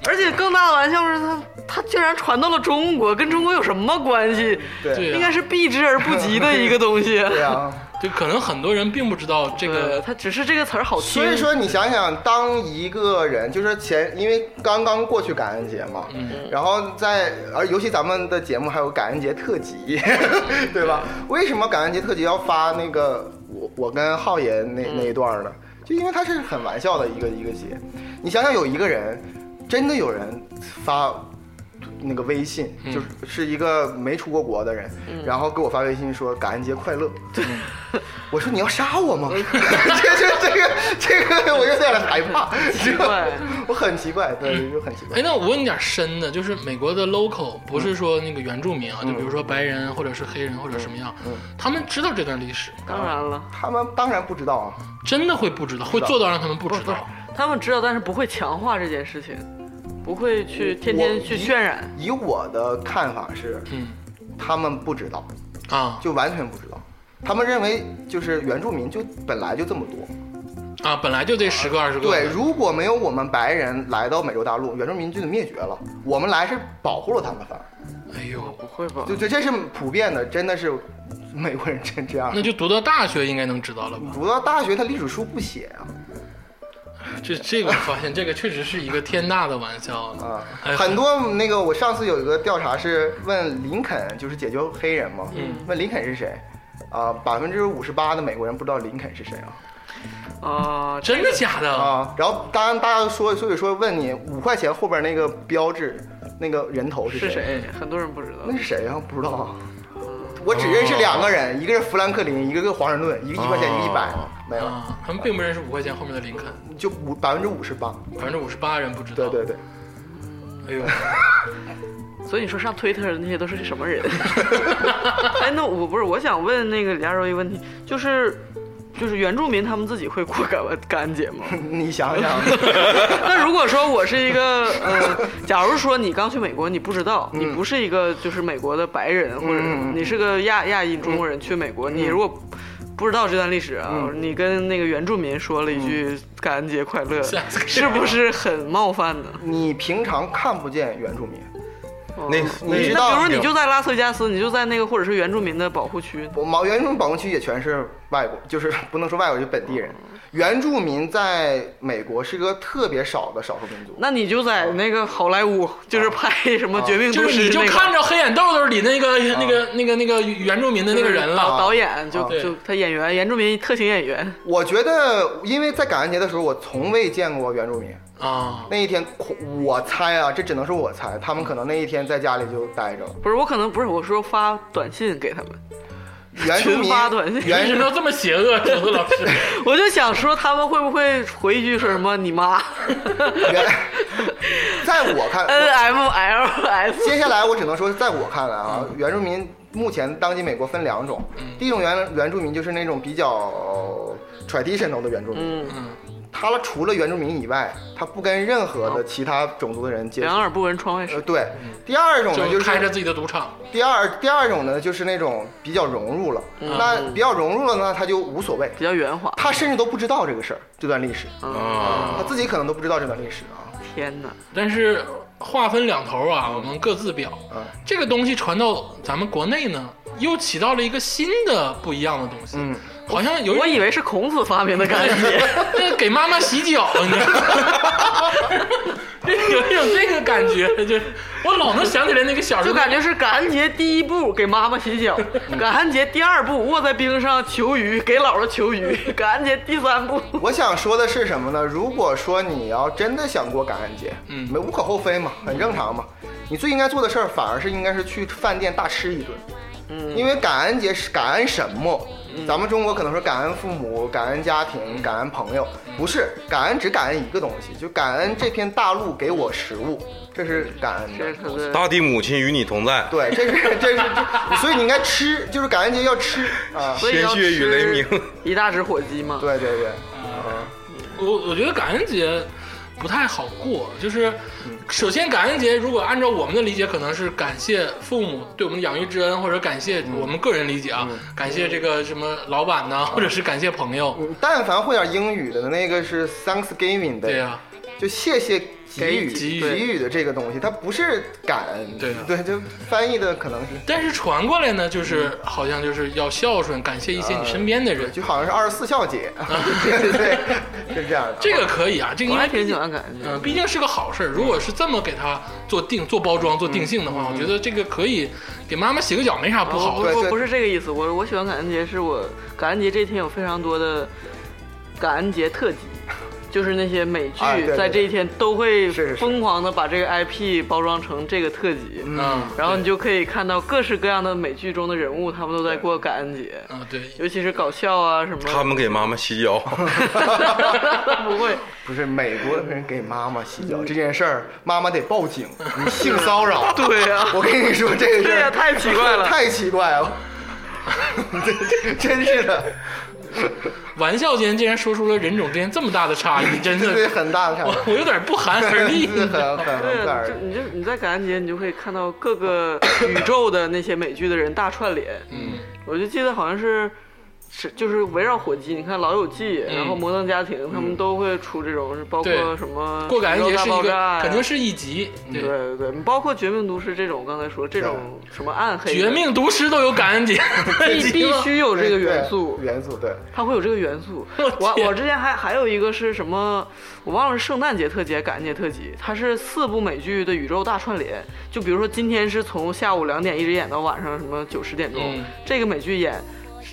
Speaker 3: 而且更大的玩笑是他他竟然传到了中国，跟中国有什么关系？
Speaker 4: 对
Speaker 2: 对
Speaker 3: 应该是避之而不及的一个东西。
Speaker 4: 对啊。
Speaker 2: 就可能很多人并不知道这
Speaker 3: 对，
Speaker 2: 个，
Speaker 3: 他只是这个词儿好听。
Speaker 4: 所以说，你想想，当一个人就是前，因为刚刚过去感恩节嘛，然后在而尤其咱们的节目还有感恩节特辑， 对吧？为什么感恩节特辑要发那个我我跟浩爷那那一段呢？就因为它是很玩笑的一个一个节。你想想，有一个人真的有人发那个微信，就是是一个没出过国的人，然后给我发微信说感恩节快乐。对， 我说你要杀我吗？这 这这个这个我有点害怕，
Speaker 3: 奇怪
Speaker 4: 我很奇怪，对，就很奇怪
Speaker 2: 哎，。那我问你点深的，就是美国的 local，不是说那个原住民啊，就比如说白人或者是黑人或者什么样，他们知道这段历史吗，
Speaker 3: 当然了，
Speaker 4: 他们当然不知道啊，
Speaker 2: 真的会不知道，会做到让他们不知道。
Speaker 3: 他们知道，但是不会强化这件事情，不会去天天去渲染。
Speaker 4: 以我的看法是，
Speaker 2: 嗯
Speaker 4: 他们不知道，
Speaker 2: 啊
Speaker 4: 就完全不知道。他们认为就是原住民就本来就这么多，
Speaker 2: 啊，本来就这十个二十个，
Speaker 4: 对，如果没有我们白人来到美洲大陆，原住民就得灭绝了。我们来是保护了他们，反而
Speaker 2: 哎呦，
Speaker 3: 不会吧
Speaker 4: 就？这这是普遍的，真的是美国人真这样
Speaker 2: 那。就读到大学应该能知道了吧？
Speaker 4: 读到大学，他历史书不写啊，
Speaker 2: 这这个我发现，这个确实是一个天大的玩笑了
Speaker 4: 啊，
Speaker 2: 哎
Speaker 4: 很多那个我上次有一个调查是问林肯，就是解救黑人嘛，问林肯是谁，啊，百分之五十八的美国人不知道林肯是谁啊，
Speaker 3: 啊，
Speaker 2: 真的假的？
Speaker 4: 啊，然后当然大家说，所以说问你五块钱后边那个标志，那个人头是
Speaker 3: 是
Speaker 4: 谁？
Speaker 3: 谁？很多人不知道
Speaker 4: 那。是谁呀、不知道啊。我只认识两个人，一个是富兰克林，一个是华盛顿，一个一块钱，一个一百，没有，
Speaker 2: 啊，他们并不认识五块钱后面的林肯，
Speaker 4: 就五百分之五十八。
Speaker 2: 百分之五十八人不知
Speaker 4: 对
Speaker 2: 道。
Speaker 4: 对对，
Speaker 2: 哎 呦，
Speaker 3: 所以你说上推特的那些都是什么人？ 哎，那我不是我想问那个李佳柔一个问题，就是就是原住民他们自己会过感恩感恩节 吗？
Speaker 4: 你想想，
Speaker 3: 那如果说我是一个呃，假如说你刚去美国，你不知道，你
Speaker 4: 嗯
Speaker 3: 不是一个就是美国的白人，或者你是个亚亚裔中国
Speaker 4: 嗯
Speaker 3: 人去美国，你如果不知道这段历史啊，你跟那个原住民说了一
Speaker 4: 嗯
Speaker 3: 句“感恩节快乐”，
Speaker 2: 是啊是啊
Speaker 3: 是不是很冒犯呢？
Speaker 4: 你平常看不见原住民，
Speaker 5: 那
Speaker 4: 嗯你
Speaker 3: 那
Speaker 4: 知
Speaker 3: 比
Speaker 4: 道
Speaker 3: 如说你就在拉斯维加斯，你就在那个或者是原住民的保护区，
Speaker 4: 我毛原住民保护区也全是外国，就是不能说外国，就本地人。原住民在美国是个特别少的少数民族。
Speaker 3: 那你就在那个好莱坞，就是拍什么《绝命
Speaker 2: 啊就
Speaker 3: 毒
Speaker 2: 是你
Speaker 3: 师》
Speaker 2: 就
Speaker 3: 那个，
Speaker 2: 看着《黑眼豆豆》里那个那个那个那个原住民的那个人
Speaker 3: 导
Speaker 2: 了。
Speaker 3: 导演就
Speaker 4: 啊
Speaker 3: 就他演员，原住民特型演员，
Speaker 4: 我觉得，因为在感恩节的时候，我从未见过原住民。
Speaker 2: 啊，
Speaker 4: 那一天，我猜啊，这只能是我猜，他们可能那一天在家里就待着了。
Speaker 3: 不是我可能不是我说发短信给他们，
Speaker 4: 原住
Speaker 3: 群
Speaker 4: 民
Speaker 3: 发短信，
Speaker 2: 为什
Speaker 4: 原
Speaker 2: 么要这么邪恶，竹子老师？
Speaker 3: 我就想说他们会不会回一句说什么你妈
Speaker 4: 原，在我看，
Speaker 3: N M L S
Speaker 4: 接下来我只能说，在我看来啊，
Speaker 2: 嗯
Speaker 4: 原住民目前当今美国分两种，第一种原原住民就是那种比较 traditional 的原住民，
Speaker 3: 嗯，
Speaker 4: 他除了原住民以外，他不跟任何的其他种族的人接触
Speaker 3: 两。耳不闻窗外
Speaker 4: 呃，
Speaker 3: 事，
Speaker 4: 对，第二种呢
Speaker 2: 嗯就
Speaker 4: 就
Speaker 2: 开着
Speaker 4: 是
Speaker 2: 自己的赌场，
Speaker 4: 第二第二种呢就是那种比较融入了，
Speaker 2: 嗯
Speaker 4: 那比较融入了呢他就无所谓，
Speaker 3: 比较圆滑。嗯
Speaker 4: 他甚至都不知道这个事儿这段历史，
Speaker 5: 啊
Speaker 4: 他自己可能都不知道这段历史啊。
Speaker 3: 天哪，
Speaker 2: 但是话分两头啊，我们各自表。
Speaker 4: 嗯
Speaker 2: 这个东西传到咱们国内呢，又起到了一个新的不一样的东西，
Speaker 4: 嗯，
Speaker 2: 好像有一
Speaker 3: 我以为是孔子发明的感觉。
Speaker 2: 这个给妈妈洗 脚，你知道吗？这有一种这个感觉，就我老能想起来那个小时
Speaker 3: 就
Speaker 2: 候，
Speaker 3: 感觉是感恩节第一步给妈妈洗脚，感恩节第二步卧在冰上求雨给姥姥求雨，感恩节第三步
Speaker 4: 我想说的是什么呢？如果说你要真的想过感恩节，
Speaker 2: 嗯
Speaker 4: 没无可厚非嘛，很正常嘛。你最应该做的事儿，反而是应该是去饭店大吃一顿，嗯，因为感恩节是感恩什么？咱们中国可能说感恩父母、感恩家庭、感恩朋友，不是感恩只感恩一个东西，就感恩这片大陆给我食物，这是感恩
Speaker 3: 这
Speaker 4: 的
Speaker 3: 是。他的
Speaker 5: 大地母亲与你同在，
Speaker 4: 对，这是这是这，所以你应该吃，就是感恩节要吃啊，
Speaker 3: 所以要
Speaker 5: 鲜血与雷鸣
Speaker 3: 吃一大只火鸡嘛。
Speaker 4: 对对对，
Speaker 2: 我我觉得感恩节不太好过，就是首先感恩节如果按照我们的理解，可能是感谢父母对我们的养育之恩，或者感谢我们个人理解啊，感谢这个什么老板呐、或者是感谢朋友，
Speaker 4: 你但凡会点英语的那个是 Thanksgiving 的，
Speaker 2: 对啊呀、
Speaker 4: 就谢谢给予
Speaker 2: 给予
Speaker 4: 给予的这个东西，它不是感恩，
Speaker 2: 对啊
Speaker 4: 对，就翻译的可能是，
Speaker 2: 但是传过来呢，就是、好像就是要孝顺，感谢一些你身边的人，
Speaker 4: 就好像是二十四 孝节，对对，是这样的。
Speaker 2: 这个可以啊，这个
Speaker 3: 我
Speaker 2: 因
Speaker 3: 还
Speaker 2: 为
Speaker 3: 挺喜欢感恩节
Speaker 2: 嗯，毕竟是个好事儿。如果是这么给他做定、做包装、做定性的话，
Speaker 3: 嗯
Speaker 2: 我觉得这个可以给妈妈洗个脚，没啥不好
Speaker 3: 我
Speaker 2: 的。
Speaker 4: 对
Speaker 3: 我
Speaker 4: 对
Speaker 3: 哦不是这个意思，我我喜欢感恩节，是我感恩节这一天有非常多的感恩节特辑，就是那些美剧
Speaker 4: 啊对对
Speaker 3: 在这一天都会
Speaker 4: 是是
Speaker 3: 疯狂的把这个 IP 包装成这个特辑，
Speaker 2: 嗯
Speaker 3: 然后你就可以看到各式各样的美剧中的人物，他们都在过感恩节，
Speaker 2: 啊，对，
Speaker 3: 尤其是搞笑啊什么。
Speaker 5: 他们给妈妈洗 脚，
Speaker 3: 不会，
Speaker 4: 不是美国人给妈妈洗
Speaker 3: 嗯
Speaker 4: 脚这件事儿，妈妈得 报警，你性骚扰。
Speaker 3: 对呀
Speaker 4: 我跟你说这个事儿
Speaker 3: 对呀太奇怪了
Speaker 4: 太奇怪了，真是的，
Speaker 2: 玩笑间竟然说出了人种之间这么大的差异，真
Speaker 4: 这是
Speaker 2: 的，
Speaker 4: 很大的差
Speaker 2: 我我有点不寒而
Speaker 4: 别，
Speaker 2: 栗。
Speaker 4: 是很很
Speaker 3: 对
Speaker 4: 很
Speaker 3: 啊，
Speaker 4: 感
Speaker 3: 就
Speaker 4: 人。
Speaker 3: 你就你在感恩节，你就可以看到各 个宇宙的那些美剧的人大串联。嗯，我就记得好像是是就是围绕火鸡，你看《老友记》，然后《摩登家庭》，他们都会出这种，是包括
Speaker 2: 嗯对
Speaker 3: 什么
Speaker 2: 过感恩节
Speaker 3: 宇宙
Speaker 2: 是
Speaker 3: 大
Speaker 2: 一
Speaker 3: 爆炸
Speaker 2: 个
Speaker 3: 呀，
Speaker 2: 肯定是一集，
Speaker 3: 对对对，包括《绝命毒师》这种，我刚才说这种什么暗黑的，
Speaker 2: 啊绝命毒师都有感恩节，
Speaker 3: 必必须有这个元素
Speaker 4: 对，元素对，
Speaker 3: 它会有这个元素。
Speaker 2: 我
Speaker 3: 我
Speaker 2: 天
Speaker 3: 我之前还还有一个是什么，我忘了是圣诞节特辑、还是感恩节特辑，它是四部美剧的宇宙大串联。就比如说今天是从下午两点一直演到晚上什么九十点钟，
Speaker 2: 嗯
Speaker 3: 这个美剧演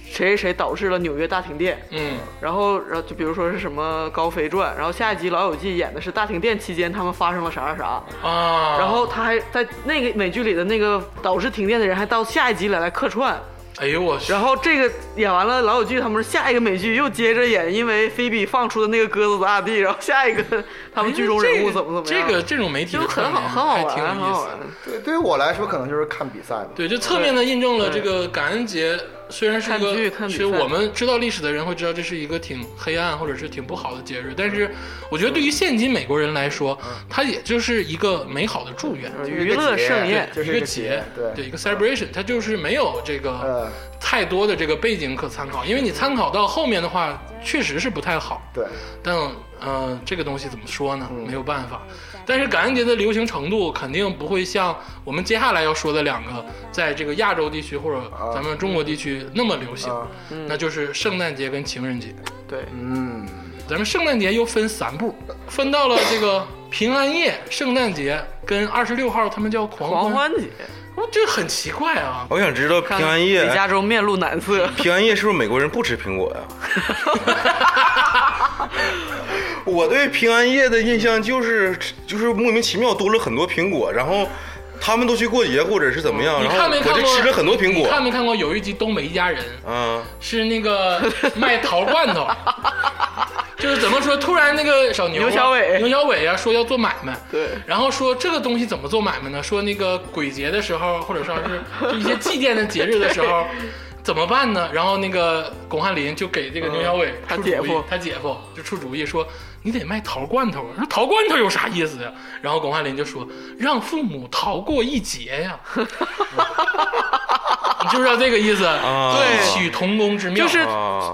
Speaker 3: 谁谁谁导致了纽约大停电，
Speaker 2: 嗯，
Speaker 3: 然后然后就比如说是什么高飞传，然后下一集老友记演的是大停电期间他们发生了啥啥啥，
Speaker 2: 啊，
Speaker 3: 然后他还在那个美剧里的那个导致停电的人还到下一集来来客串。
Speaker 2: 哎呦我去
Speaker 3: 然，后这个演完了老友记，他们下一个美剧又接着演，因为菲比放出的那个鸽子咋咋地，然后下一个他们剧中人物怎么怎么样，
Speaker 2: 这个这种媒体
Speaker 3: 就
Speaker 2: 的
Speaker 3: 很好，
Speaker 2: 串联
Speaker 3: 很好玩，
Speaker 2: 还挺
Speaker 3: 很
Speaker 2: 有意
Speaker 3: 好
Speaker 2: 思
Speaker 3: 玩
Speaker 2: 的。。
Speaker 4: 对，对于我来说可能就是看比赛吧。
Speaker 2: 对，就侧面的印证了这个感恩节虽然是一
Speaker 3: 看剧看
Speaker 2: 个，
Speaker 3: 比赛
Speaker 2: 是我们知道历史的人会知道这是一个挺黑暗或者是挺不好的节日，但是我觉得对于现今美国人来说，
Speaker 4: 嗯
Speaker 2: 它也就是一个美好的祝愿，
Speaker 3: 娱乐盛宴
Speaker 4: 就
Speaker 2: 一
Speaker 4: 是一
Speaker 2: 个
Speaker 4: 个
Speaker 2: 节
Speaker 4: 节，，
Speaker 2: 对
Speaker 4: 对，
Speaker 2: 一个 celebration，它就是没有这个
Speaker 4: 呃，
Speaker 2: 太多的这个背景可参考，因为你参考到后面的话，确实是不太好。
Speaker 4: 对，
Speaker 2: 但呃，这个东西怎么说呢？
Speaker 5: 嗯
Speaker 2: 没有办法。但是感恩节的流行程度肯定不会像我们接下来要说的两个，在这个亚洲地区或者
Speaker 5: 啊
Speaker 2: 咱们中国地区那么流行
Speaker 4: 啊，
Speaker 5: 嗯
Speaker 2: 那就是圣诞节跟情人节。
Speaker 3: 对，
Speaker 4: 嗯，
Speaker 2: 咱们圣诞节又分三步，分到了这个平安夜、圣诞节跟二十六号，他们叫狂欢，
Speaker 3: 狂欢节，
Speaker 2: 我这很奇怪啊。
Speaker 5: 我想知道平
Speaker 3: 看
Speaker 5: 安夜，
Speaker 3: 李
Speaker 5: 哎
Speaker 3: 佳州面露难色，
Speaker 5: 平安夜是不是美国人不吃苹果呀？ 我对平安夜的印象就是就是莫名其妙多了很多苹果，然后他们都去过节或者是怎么样，
Speaker 2: 嗯你
Speaker 5: 哦然后
Speaker 2: 看没
Speaker 5: 我
Speaker 2: 看
Speaker 5: 就
Speaker 2: 过？
Speaker 5: 吃了很多苹
Speaker 2: 你
Speaker 5: 果。
Speaker 2: 看没看过？有一集东北一家人，
Speaker 5: 嗯，
Speaker 2: 是那 个卖桃罐头，就是怎么说？突然那个小牛啊、
Speaker 3: 牛小伟
Speaker 2: 牛小伟啊，说要做买卖，
Speaker 3: 对，
Speaker 2: 然后说这个东西怎么做买卖呢？说那个鬼节的时候，或者说是就一些祭奠的节日的时 候，怎么办呢？然后那个巩汉林就给这个牛小伟
Speaker 3: 嗯他
Speaker 2: 出主意，
Speaker 3: 姐夫
Speaker 2: 他姐夫就出主意说。你得卖桃罐头，说桃罐头有啥意思呀？然后巩汉林就说：“让父母逃过一劫呀。” 你知不知道这个意思？
Speaker 5: 啊
Speaker 2: 异曲同工之妙。
Speaker 3: 就是
Speaker 5: 啊，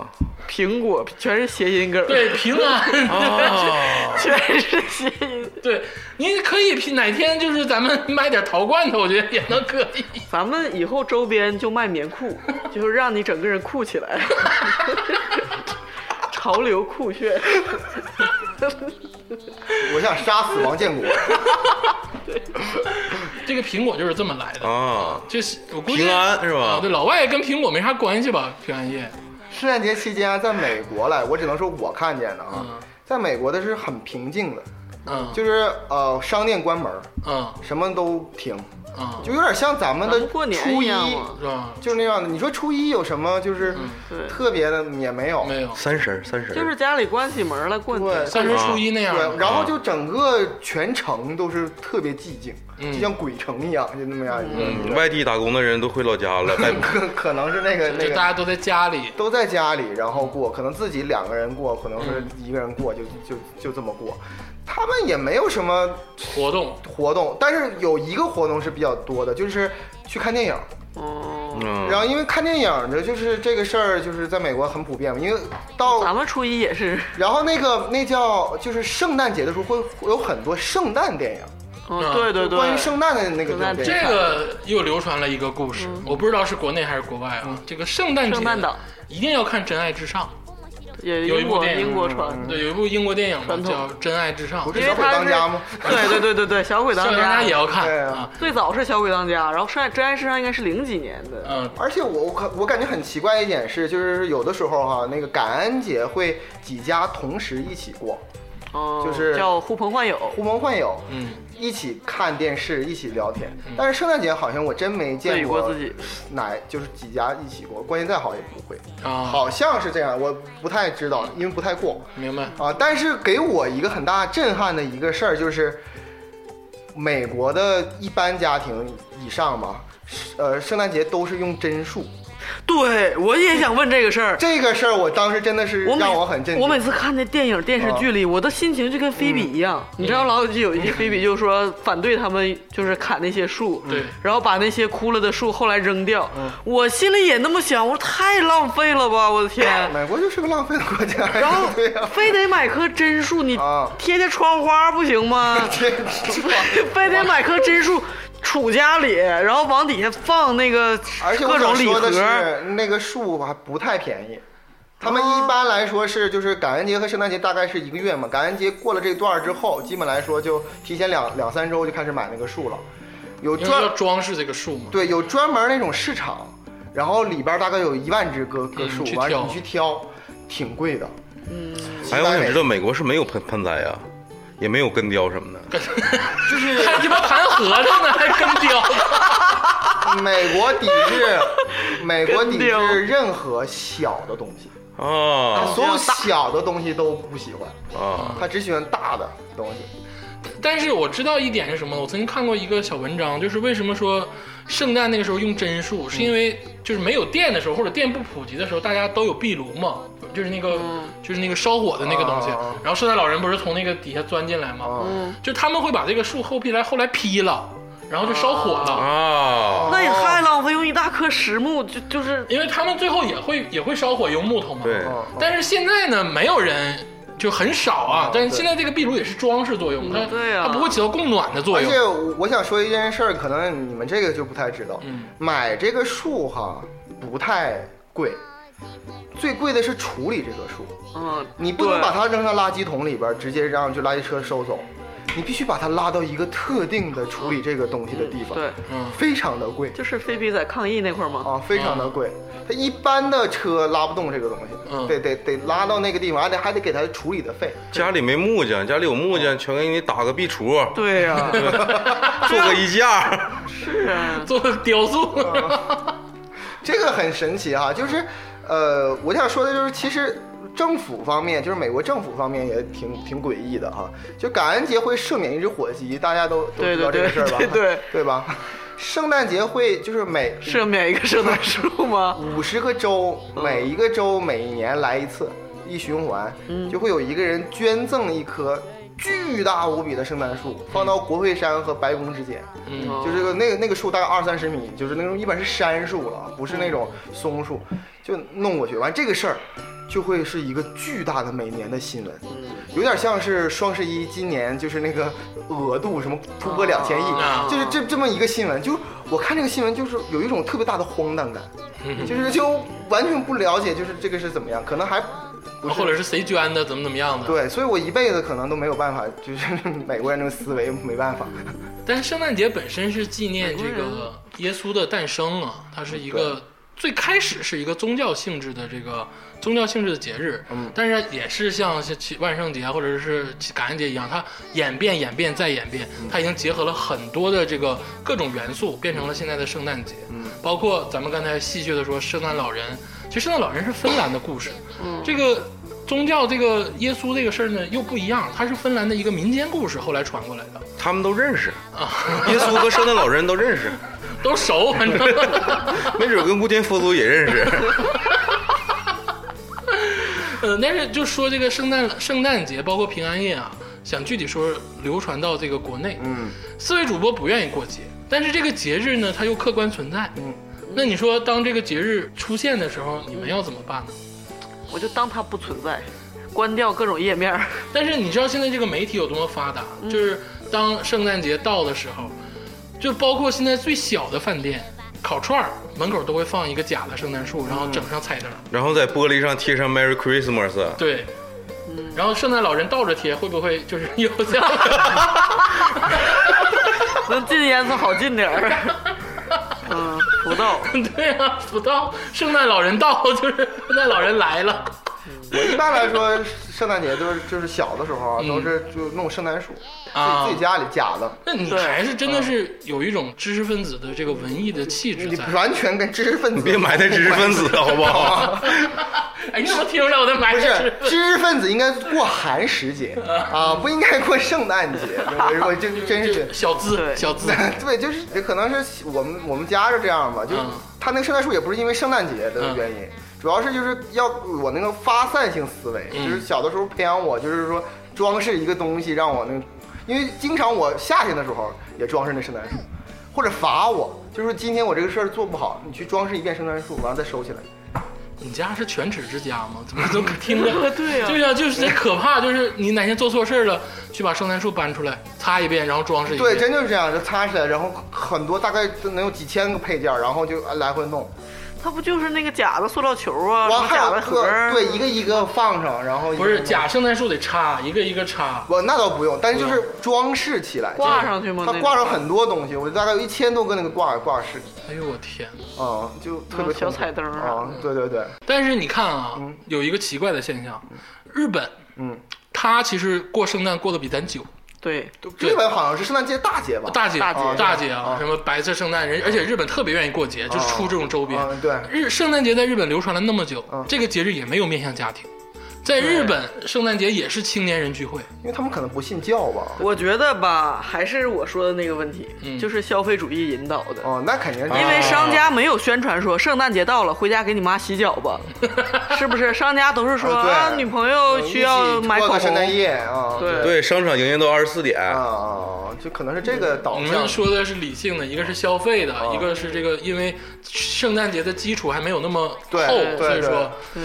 Speaker 3: 苹果全是谐音梗，，
Speaker 2: 对平 安，
Speaker 3: 哦全是谐音。
Speaker 2: 对，你可以平哪天就是咱们卖点桃罐头，我觉得也能可 以。
Speaker 3: 咱们以后周边就卖棉裤，就是让你整个人酷起来，潮流酷炫。
Speaker 4: 我想杀死王建国，
Speaker 2: 这个苹果就是这么来
Speaker 4: 哦
Speaker 2: 的。
Speaker 5: 啊，
Speaker 2: 就是我估计
Speaker 5: 平安是
Speaker 2: 啊，
Speaker 5: 吧
Speaker 2: 对，？老外跟苹果没啥关系吧？平安夜，
Speaker 4: 圣诞节期间啊在美国来，我只能说我看见的啊
Speaker 2: 嗯，
Speaker 4: 在美国的是很平静的，
Speaker 2: 嗯，
Speaker 4: 就是呃商店关门，
Speaker 2: 嗯
Speaker 4: 什么都停，
Speaker 2: 嗯，
Speaker 4: 就有点像咱们
Speaker 3: 咱
Speaker 4: 的
Speaker 3: 们过年
Speaker 4: 初
Speaker 3: 一
Speaker 4: 一，
Speaker 3: 样嘛，
Speaker 2: 是吧？
Speaker 4: 就是那样的。你说初一有什么就是
Speaker 3: 对
Speaker 4: 特别的也没有，
Speaker 2: 没有，
Speaker 5: 三十儿，三十儿，
Speaker 3: 就是家里关起门来过年
Speaker 4: 对。
Speaker 2: 三十初一那样。
Speaker 4: 对，然后就整个全城都是特别寂静，
Speaker 2: 嗯
Speaker 4: 就像鬼城一样，就那么样一个。
Speaker 5: 嗯，外地打工的人都回老家了， 拜
Speaker 4: 可可能是那个那
Speaker 2: 就
Speaker 4: 个
Speaker 2: 大家都在家里，
Speaker 4: 都在家里，然后
Speaker 3: 嗯
Speaker 4: 过，可能自己两个人过，可能是一个人过，就就就这么过。他们也没有什么
Speaker 2: 活动，
Speaker 4: 活动，但是有一个活动是比较多的，就是去看电影。
Speaker 3: 哦，
Speaker 5: 嗯
Speaker 4: 然后因为看电影的，就是这个事儿，就是在美国很普遍嘛。因为
Speaker 3: 咱
Speaker 4: 到
Speaker 3: 们初一也是，
Speaker 4: 然后那个那叫就是圣诞节的时候会，会有很多圣诞电影，
Speaker 3: 嗯，
Speaker 2: 嗯
Speaker 3: 对对对，
Speaker 4: 关于圣诞的那个
Speaker 3: 圣诞
Speaker 4: 这种
Speaker 2: 这
Speaker 4: 电影
Speaker 2: 个又流传了一个故
Speaker 4: 嗯
Speaker 2: 事，我不知道是国内还是国外啊。这个圣诞节
Speaker 3: 圣诞岛
Speaker 2: 一定要看《真爱至上》。
Speaker 3: 也
Speaker 2: 有一
Speaker 3: 英
Speaker 2: 部
Speaker 3: 国
Speaker 2: 电影嗯
Speaker 3: 英国传，
Speaker 4: 嗯
Speaker 2: 对，有一部英国电影嘛
Speaker 3: 传，统
Speaker 2: 叫《真爱至上
Speaker 4: 不》，
Speaker 3: 因
Speaker 4: 是
Speaker 3: 为
Speaker 4: 小鬼
Speaker 3: 他
Speaker 4: 当
Speaker 3: 是
Speaker 4: 家吗？
Speaker 3: 对对对对对，小鬼当
Speaker 2: 校园
Speaker 3: 家
Speaker 2: 家也要看
Speaker 4: 对啊
Speaker 2: 啊。
Speaker 3: 最早是小鬼当家，然后上真爱至上应该是零几年的，
Speaker 2: 嗯，
Speaker 4: 而且我我可我感觉很奇怪一点是，就是有的时候哈、那个感恩节会几家同时一起过，
Speaker 3: 哦
Speaker 4: 就是
Speaker 3: 叫呼朋唤友，
Speaker 4: 呼朋唤友，
Speaker 2: 嗯，
Speaker 4: 一起看电视，一起聊天。但是圣诞节好像我真没
Speaker 3: 自己
Speaker 4: 见
Speaker 3: 过自己。
Speaker 4: 哪就是几家一起过，关系再好也不会，
Speaker 2: 啊，，
Speaker 4: 好像是这样，我不太知道，因为不太过
Speaker 2: 明白，
Speaker 4: 啊。但是给我一个很大震撼的一个事儿就是，美国的一般家庭以上吧，呃，圣诞节都是用真数。
Speaker 3: 对，我也想问这个事儿。
Speaker 4: 这个事儿我当时真的是
Speaker 3: 我每
Speaker 4: 让我很震惊。
Speaker 3: 我每次看那电影、电视剧
Speaker 2: 嗯
Speaker 3: 里，我的心情就跟菲比一样。你知道老友记有一集，菲比就说反对他们就是砍那些树，
Speaker 2: 嗯对嗯
Speaker 3: 然后把那些枯了的树后来扔掉。我心里也那么想，我说太浪费了吧，我 的天！
Speaker 4: 美国就是个浪费的国家，
Speaker 3: 啊 然后
Speaker 4: 对呀、
Speaker 3: 非得买棵真树，你
Speaker 4: 啊
Speaker 3: 贴贴窗花不行吗？
Speaker 4: 这是吧
Speaker 3: 非得买棵真树杵家里，然后往底下放那个
Speaker 4: 而且
Speaker 3: 各
Speaker 4: 我
Speaker 3: 种
Speaker 4: 想
Speaker 3: 礼
Speaker 4: 说的
Speaker 3: 盒。
Speaker 4: 是，那个树还不太便宜。他们
Speaker 3: 哦
Speaker 4: 一般来说是就是感恩节和圣诞节大概是一个月嘛，感恩节过了这段儿之后，基本来说就提前两两三周就开始买那个树了，有
Speaker 2: 因为要
Speaker 4: 专
Speaker 2: 装饰这个树嘛，
Speaker 4: 对有专门那种市场，然后里边儿大概有一万只各各
Speaker 2: 嗯
Speaker 4: 树
Speaker 2: 去，
Speaker 4: 完了
Speaker 2: 挑
Speaker 4: 你去挑，挺贵的。
Speaker 3: 嗯
Speaker 5: 哎，我想知道美国是没有盆盆栽啊，也没有根雕什么的。
Speaker 2: 还鸡巴弹核桃呢，还跟雕，
Speaker 4: 美国抵制，美国抵
Speaker 3: 跟丢
Speaker 4: 制任何小的东西，
Speaker 5: 啊
Speaker 4: 所有小的东西都不喜欢，
Speaker 5: 啊
Speaker 4: 他只喜欢大的东西。
Speaker 2: 但是我知道一点是什么，我曾经看过一个小文章，就是为什么说圣诞那个时候用真树，是因为就是没有电的时候或者电不普及的时候，大家都有壁炉嘛，就是那个、就是那个烧火的那个东西，
Speaker 4: 嗯啊
Speaker 2: 然后圣诞老人不是从那个底下钻进来吗？
Speaker 4: 啊，
Speaker 2: 就他们会把这个树后壁来后来劈了，然后就烧火了。
Speaker 5: 啊！
Speaker 3: 那也
Speaker 4: 哦
Speaker 3: 太浪费，用一大棵实木就就是
Speaker 2: 因为他们最后也会也会烧火用木头嘛。
Speaker 5: 对，
Speaker 4: 嗯
Speaker 2: 但是现在呢，没有人就很少啊
Speaker 4: 啊。
Speaker 2: 但是
Speaker 4: 对
Speaker 2: 现在这个壁炉也是装饰作用，它
Speaker 3: 对啊
Speaker 2: 它不会起到供暖的作
Speaker 4: 而
Speaker 2: 用
Speaker 4: 且。我我想说一件事儿，可能你们这个就不太知道。
Speaker 2: 嗯
Speaker 4: 买这个树哈不太贵，最贵的是处理这棵树。
Speaker 3: 嗯，
Speaker 4: 你不能
Speaker 3: 对
Speaker 4: 把它扔到垃圾桶里边儿，直接让就垃圾车收走，你必须把它拉到一个特定的处理这个东西的地方，
Speaker 3: 对，
Speaker 2: 嗯，
Speaker 4: 非常的贵
Speaker 3: 就是菲比在抗议那块儿嘛。
Speaker 4: 啊，非
Speaker 3: 嗯
Speaker 4: 常的贵。它一般的车拉不动这个东
Speaker 2: 嗯
Speaker 4: 西，得得得拉到那个地方，还得还得给它处理的费。
Speaker 5: 家里没木匠，家里有木匠，全给你打个壁橱，
Speaker 3: 对呀、
Speaker 5: 做个衣架。
Speaker 3: 是啊，
Speaker 2: 做雕塑，
Speaker 4: 啊这个很神奇哈、就是，呃，我想说的就是，其实政府方面，就是美国政府方面也挺挺诡异的哈、就感恩节会赦免一只火鸡，大家都都
Speaker 3: 对
Speaker 4: 知道这
Speaker 3: 对
Speaker 4: 个事儿吧？
Speaker 3: 对对对
Speaker 4: 吧？圣诞节会就是每
Speaker 3: 赦免一个圣诞树 吗？
Speaker 4: 五十个州，
Speaker 3: 嗯
Speaker 4: 每一个州每一年来一次，一循环，就会有一个人捐赠一棵巨大无比的圣诞树，放到国会山和白宫之间。
Speaker 2: 嗯，
Speaker 3: 哦
Speaker 4: 就是个那个那个树大概二三十米，就是那种一般是杉树了，不是那种
Speaker 2: 嗯
Speaker 4: 松树，就弄过去。完这个事儿，就会是一个巨大的每年的新闻，
Speaker 2: 嗯
Speaker 4: 有点像是双十一今年就是那个额度什么突破两千亿
Speaker 2: 啊，
Speaker 4: 就是这这么一个新闻。就是我看这个新闻，就是有一种特别大的荒 诞感，就是就完全不了解就是这个是怎么样，可能还不
Speaker 2: 或
Speaker 4: 是。
Speaker 2: 者是谁捐的，怎么怎么样的。
Speaker 4: 对，所以我一辈子可能都没有办法，就是 美国人这个思维没办法。
Speaker 2: 但是圣诞节本身是纪念这
Speaker 3: 美国人
Speaker 2: 个耶稣的诞生啊，它是一个最开始是一个宗教性质的这个宗教性质的节日，
Speaker 4: 嗯
Speaker 2: 但是也是像像其万圣节啊或者是感恩节一样，它演变演变再演变，它已经结合了很多的这个各种元素，变成了现在的圣诞节，包括咱们刚才戏谑的说圣诞老人，其实圣诞老人是芬兰的故事，这个。宗教这个耶稣这个事儿呢又不一样，它是芬兰的一个民间故事，后来传过来的。
Speaker 5: 他们都认识，耶稣和圣诞老人都认识，
Speaker 2: 都熟， 反正
Speaker 5: 没准跟无天佛祖也认识。
Speaker 2: 呃，但是就说这个圣诞圣诞节，包括平安夜啊，想具体说流传到这个国内，
Speaker 4: 嗯，
Speaker 2: 四位主播不愿意过节，但是这个节日呢，它又客观存在，嗯，那你说当这个节日出现的时候，你们要怎么办呢？
Speaker 3: 我就当它不存在，关掉各种页面儿。
Speaker 2: 但是你知道现在这个媒体有多么发达，就是当圣诞节到的时候，就包括现在最小的饭店，烤串儿门口都会放一个假的圣诞树，然后整上彩灯。
Speaker 5: 然后在玻璃上贴上 Merry Christmas，
Speaker 2: 对，
Speaker 3: 嗯
Speaker 2: 然后圣诞老人倒着贴，会不会就是又像？
Speaker 3: 能禁烟就好禁点儿。 嗯，不到。
Speaker 2: 对啊，不到圣诞老人到就是圣诞老人来了，
Speaker 4: 我一般来说，圣诞节都是就是小的时候啊，
Speaker 2: 嗯
Speaker 4: 都是就弄圣诞树，
Speaker 2: 啊
Speaker 4: 自己自己家里夹的，
Speaker 2: 那你
Speaker 3: 对嗯
Speaker 2: 还是真的是有一种知识分子的这个文艺的气质
Speaker 4: 你
Speaker 2: 在。
Speaker 4: 完全跟知识分子
Speaker 5: 别埋汰知识分子了，好不好？
Speaker 2: 哎，你怎么听着我在埋
Speaker 4: 不
Speaker 2: 汰
Speaker 4: 是
Speaker 2: 知识？，
Speaker 4: 知识分子应该过寒食节啊，不应该过圣诞节。我我真真是
Speaker 2: 小资，
Speaker 3: 对？
Speaker 2: 小 资，
Speaker 4: 对，就是也可能是我们我们家是这样吧，就是
Speaker 2: 嗯
Speaker 4: 他那个圣诞树也不是因为圣诞节的原因，主要是就是要我那个发散性思维，
Speaker 2: 嗯
Speaker 4: 就是小的时候培养我，就是说装饰一个东西让我那，因为经常我夏天的时候也装饰那圣诞树，或者罚我，就是说今天我这个事儿做不好，你去装饰一遍圣诞树，完了再收起来。
Speaker 2: 你家是全职之家吗？怎么都听着
Speaker 3: 对啊呀
Speaker 2: 对呀、就是这可怕，就是你哪天做错事儿了，去把圣诞树搬出来擦一遍，然后装饰一遍。
Speaker 4: 对，真就是这样，就擦起来，然后很多大概能有几千个配件儿，然后就来回弄，
Speaker 3: 它不就是那个假的塑料球啊，
Speaker 4: 完
Speaker 3: 什
Speaker 4: 了
Speaker 3: 么
Speaker 4: 还
Speaker 3: 假
Speaker 4: 有
Speaker 3: 的盒
Speaker 4: 个
Speaker 3: 儿？
Speaker 4: 对一个一个放上，然后
Speaker 2: 不是
Speaker 4: 假，
Speaker 2: 假圣诞树得插一个一个插，
Speaker 4: 我那倒不用，但是就是装饰起来，
Speaker 3: 挂上去吗？
Speaker 4: 它
Speaker 3: 那
Speaker 4: 挂
Speaker 3: 种
Speaker 4: 上很多东西，我大概有一千多个那个挂挂饰，
Speaker 2: 哎呦我天！
Speaker 4: 啊、就特
Speaker 3: 嗯
Speaker 4: 别
Speaker 3: 小
Speaker 4: 痛苦
Speaker 3: 彩灯儿
Speaker 4: 啊、对对对，
Speaker 2: 但是你看啊，有一个奇怪的现象，日本，
Speaker 4: 嗯，
Speaker 2: 他其实过圣诞过得比咱久，
Speaker 3: 对，
Speaker 2: 对
Speaker 4: 日本好像是圣诞节大节吧？
Speaker 2: 大姐
Speaker 3: 大姐
Speaker 2: 大姐啊
Speaker 4: 啊，
Speaker 2: 什么白色圣诞人，而且日本特别愿意过节，就是出这种周边。
Speaker 4: 嗯对
Speaker 2: 日圣诞节在日本流传了那么久
Speaker 4: 嗯，
Speaker 2: 这个节日也没有面向家庭。在日本，圣诞节也是青年人聚会，
Speaker 4: 因为他们可能不信教吧？
Speaker 3: 我觉得吧，还是我说的那个问题，
Speaker 2: 嗯
Speaker 3: 就是消费主义引导的。
Speaker 4: 哦，那肯定是
Speaker 3: 因为商家没有宣传说圣诞节到了，回家给你妈洗脚 吧，是不是？商家都是说
Speaker 4: 啊对
Speaker 3: 啊，女朋友需要买
Speaker 4: 过
Speaker 3: 口
Speaker 4: 个圣诞
Speaker 3: 红，
Speaker 4: 夜啊，
Speaker 3: 对
Speaker 5: 对，商场营业到二十四点，
Speaker 4: 啊啊，啊就可能是这个导
Speaker 2: 我
Speaker 4: 向
Speaker 2: 们。说的是理性的，一个是消费的，
Speaker 4: 啊
Speaker 2: 一个是这个，因为圣诞节的基础还没有那么
Speaker 4: 对
Speaker 2: 厚，
Speaker 4: 对
Speaker 2: 所以
Speaker 4: 对
Speaker 2: 说，
Speaker 3: 对，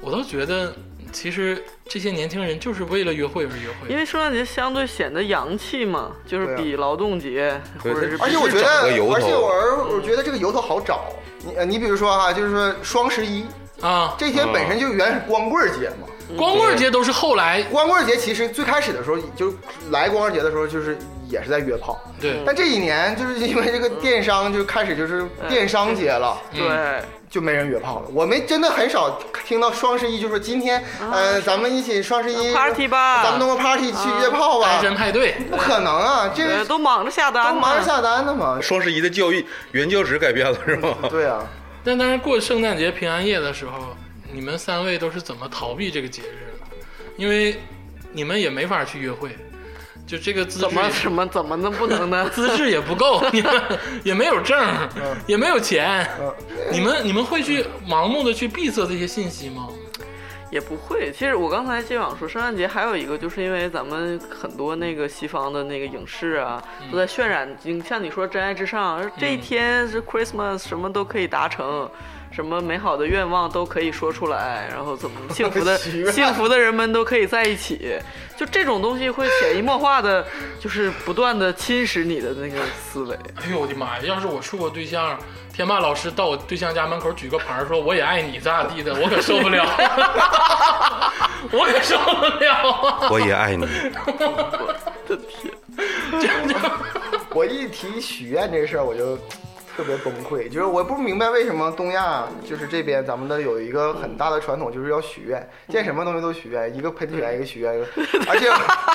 Speaker 2: 我倒觉得其实这些年轻人就是为了约会而约会。
Speaker 3: 因为圣诞节相对显得洋气嘛，就是
Speaker 4: 对啊
Speaker 3: 比劳动节或
Speaker 5: 对
Speaker 3: 者是
Speaker 5: 它
Speaker 4: 而且我觉得
Speaker 5: 找个由，头
Speaker 4: 而且我而我觉得这个由头好找。你呃你比如说哈、就是说双十一
Speaker 2: 啊，
Speaker 4: 这天本身就原是光棍节嘛。
Speaker 2: 光棍节都是后
Speaker 3: 嗯
Speaker 2: 来
Speaker 4: 光棍节其实最开始的时候，就是来光棍节的时候，就是也是在约炮。
Speaker 2: 对
Speaker 3: 嗯
Speaker 2: 嗯
Speaker 4: 但这几年就是因为这个电商就开始就是电商节了，
Speaker 3: 对
Speaker 4: 就没人约炮了。我们真的很少听到双十一就说今天，呃，咱们一起双十
Speaker 3: 啊
Speaker 4: 一
Speaker 3: party 吧啊哎
Speaker 4: 咱们弄个 party 去约炮吧
Speaker 2: 单，身派对，
Speaker 4: 不可能啊，这
Speaker 3: 对，
Speaker 4: 是
Speaker 3: 都忙着下单
Speaker 4: 都
Speaker 3: 呢，
Speaker 4: 忙着下单的嘛。
Speaker 5: 双十一的教育原教旨改变了是吗？
Speaker 4: 对啊，
Speaker 2: 但当时过圣诞节、平安夜的时候，你们三位都是怎么逃避这个节日的？因为你们也没法去约会，就这个资质？
Speaker 3: 怎么怎么怎么能不能呢
Speaker 2: 资质也不够，你 们也没有证，
Speaker 3: 嗯
Speaker 2: 也没有钱，你们你们会去盲目的去闭塞这些信息吗？
Speaker 3: 也不会。其实我刚才接网说，圣诞节还有一个，就是因为咱们很多那个西方的那个影视啊，
Speaker 4: 嗯
Speaker 3: 都在渲染，你像你说《真爱至上》，这一天是 Christmas，什么都可以达成。什么美好的愿望都可以说出来，然后怎 么幸福的幸福的人们都可以在一起，就这种东西会潜移默化的，就是不断的侵蚀你的那个思维。
Speaker 2: 哎呦我的妈呀！要是我处过对象，天霸老师到我对象家门口举个牌儿说我也爱你咋咋地的，我可受不了， 我可受不 了。啊
Speaker 5: 我也爱你，
Speaker 3: 我的天！
Speaker 4: 我一提许愿这事儿，我就特别崩溃。就是我不明白为什么东亚就是这边咱们的有一个很大的传统，就是要许愿，见什么东西都许愿，一个喷泉，一个许愿，一个。而且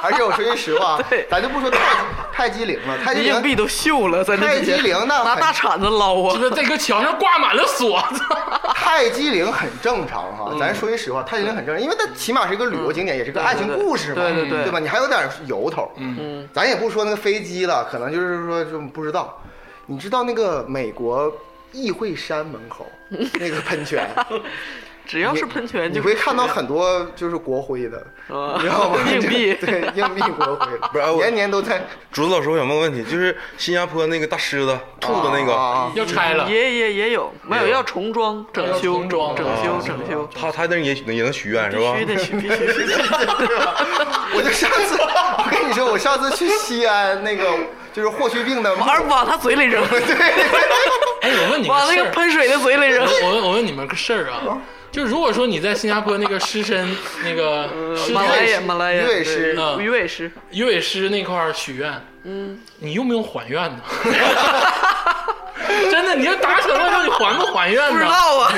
Speaker 4: 而且我说句实话
Speaker 3: 对，
Speaker 4: 咱就不说太太激灵了，太激
Speaker 3: 硬币
Speaker 4: 灵，
Speaker 3: 都锈了，在那
Speaker 4: 太激灵呢
Speaker 3: 拿
Speaker 4: 很
Speaker 3: 大铲子捞啊
Speaker 2: 这！个在个墙上挂满了锁。
Speaker 4: 太激灵很正常哈。
Speaker 3: 嗯
Speaker 4: 咱说句实话，太激灵很正常，因为它起码是一个旅游景点，也是个爱情故事
Speaker 3: 嗯
Speaker 4: 嘛，
Speaker 3: 对对对
Speaker 4: 对吧？你还有点由头，嗯。
Speaker 3: 嗯，
Speaker 4: 咱也不说那个飞机了，可能就是说就不知道。你知道那个美国议会山门 口那个喷泉，
Speaker 3: 只要是喷泉
Speaker 4: 你
Speaker 3: 就
Speaker 4: 会看到很多就是国徽的，
Speaker 3: 啊
Speaker 4: 你知道吗？
Speaker 3: 硬币
Speaker 4: 对硬币国徽，
Speaker 5: 不是我
Speaker 4: 年年都在
Speaker 5: 竹子老师，我想问个问题，就是新加坡那个大狮子兔子那个，
Speaker 4: 啊
Speaker 2: 要拆了，
Speaker 3: 也也也有，没有要重装、整修、
Speaker 2: 重装
Speaker 3: 整修、整修，
Speaker 5: 他他那也许也能许愿是吧
Speaker 3: 必？须得去，必须必须。
Speaker 4: 啊我就上次，我跟你说，我上次去西安那个就是霍去病的，
Speaker 3: 玩往他嘴里扔，
Speaker 2: 哎，我问你
Speaker 3: 往
Speaker 2: 个
Speaker 3: 那
Speaker 2: 事
Speaker 3: 个
Speaker 2: 儿，
Speaker 3: 喷嗯水的嘴里扔。
Speaker 2: 我问我问你们个事儿啊，就如果说你在新加坡那个狮身那个狮
Speaker 3: 嗯马来
Speaker 2: 身
Speaker 3: 亚，马来亚，
Speaker 4: 鱼尾狮
Speaker 2: 嗯
Speaker 3: 鱼尾狮，
Speaker 2: 鱼尾狮那块儿许愿，嗯，你用不用还愿呢？ 真的，你要达成了，你还不还愿
Speaker 3: 不知
Speaker 2: 呢？
Speaker 3: 道啊，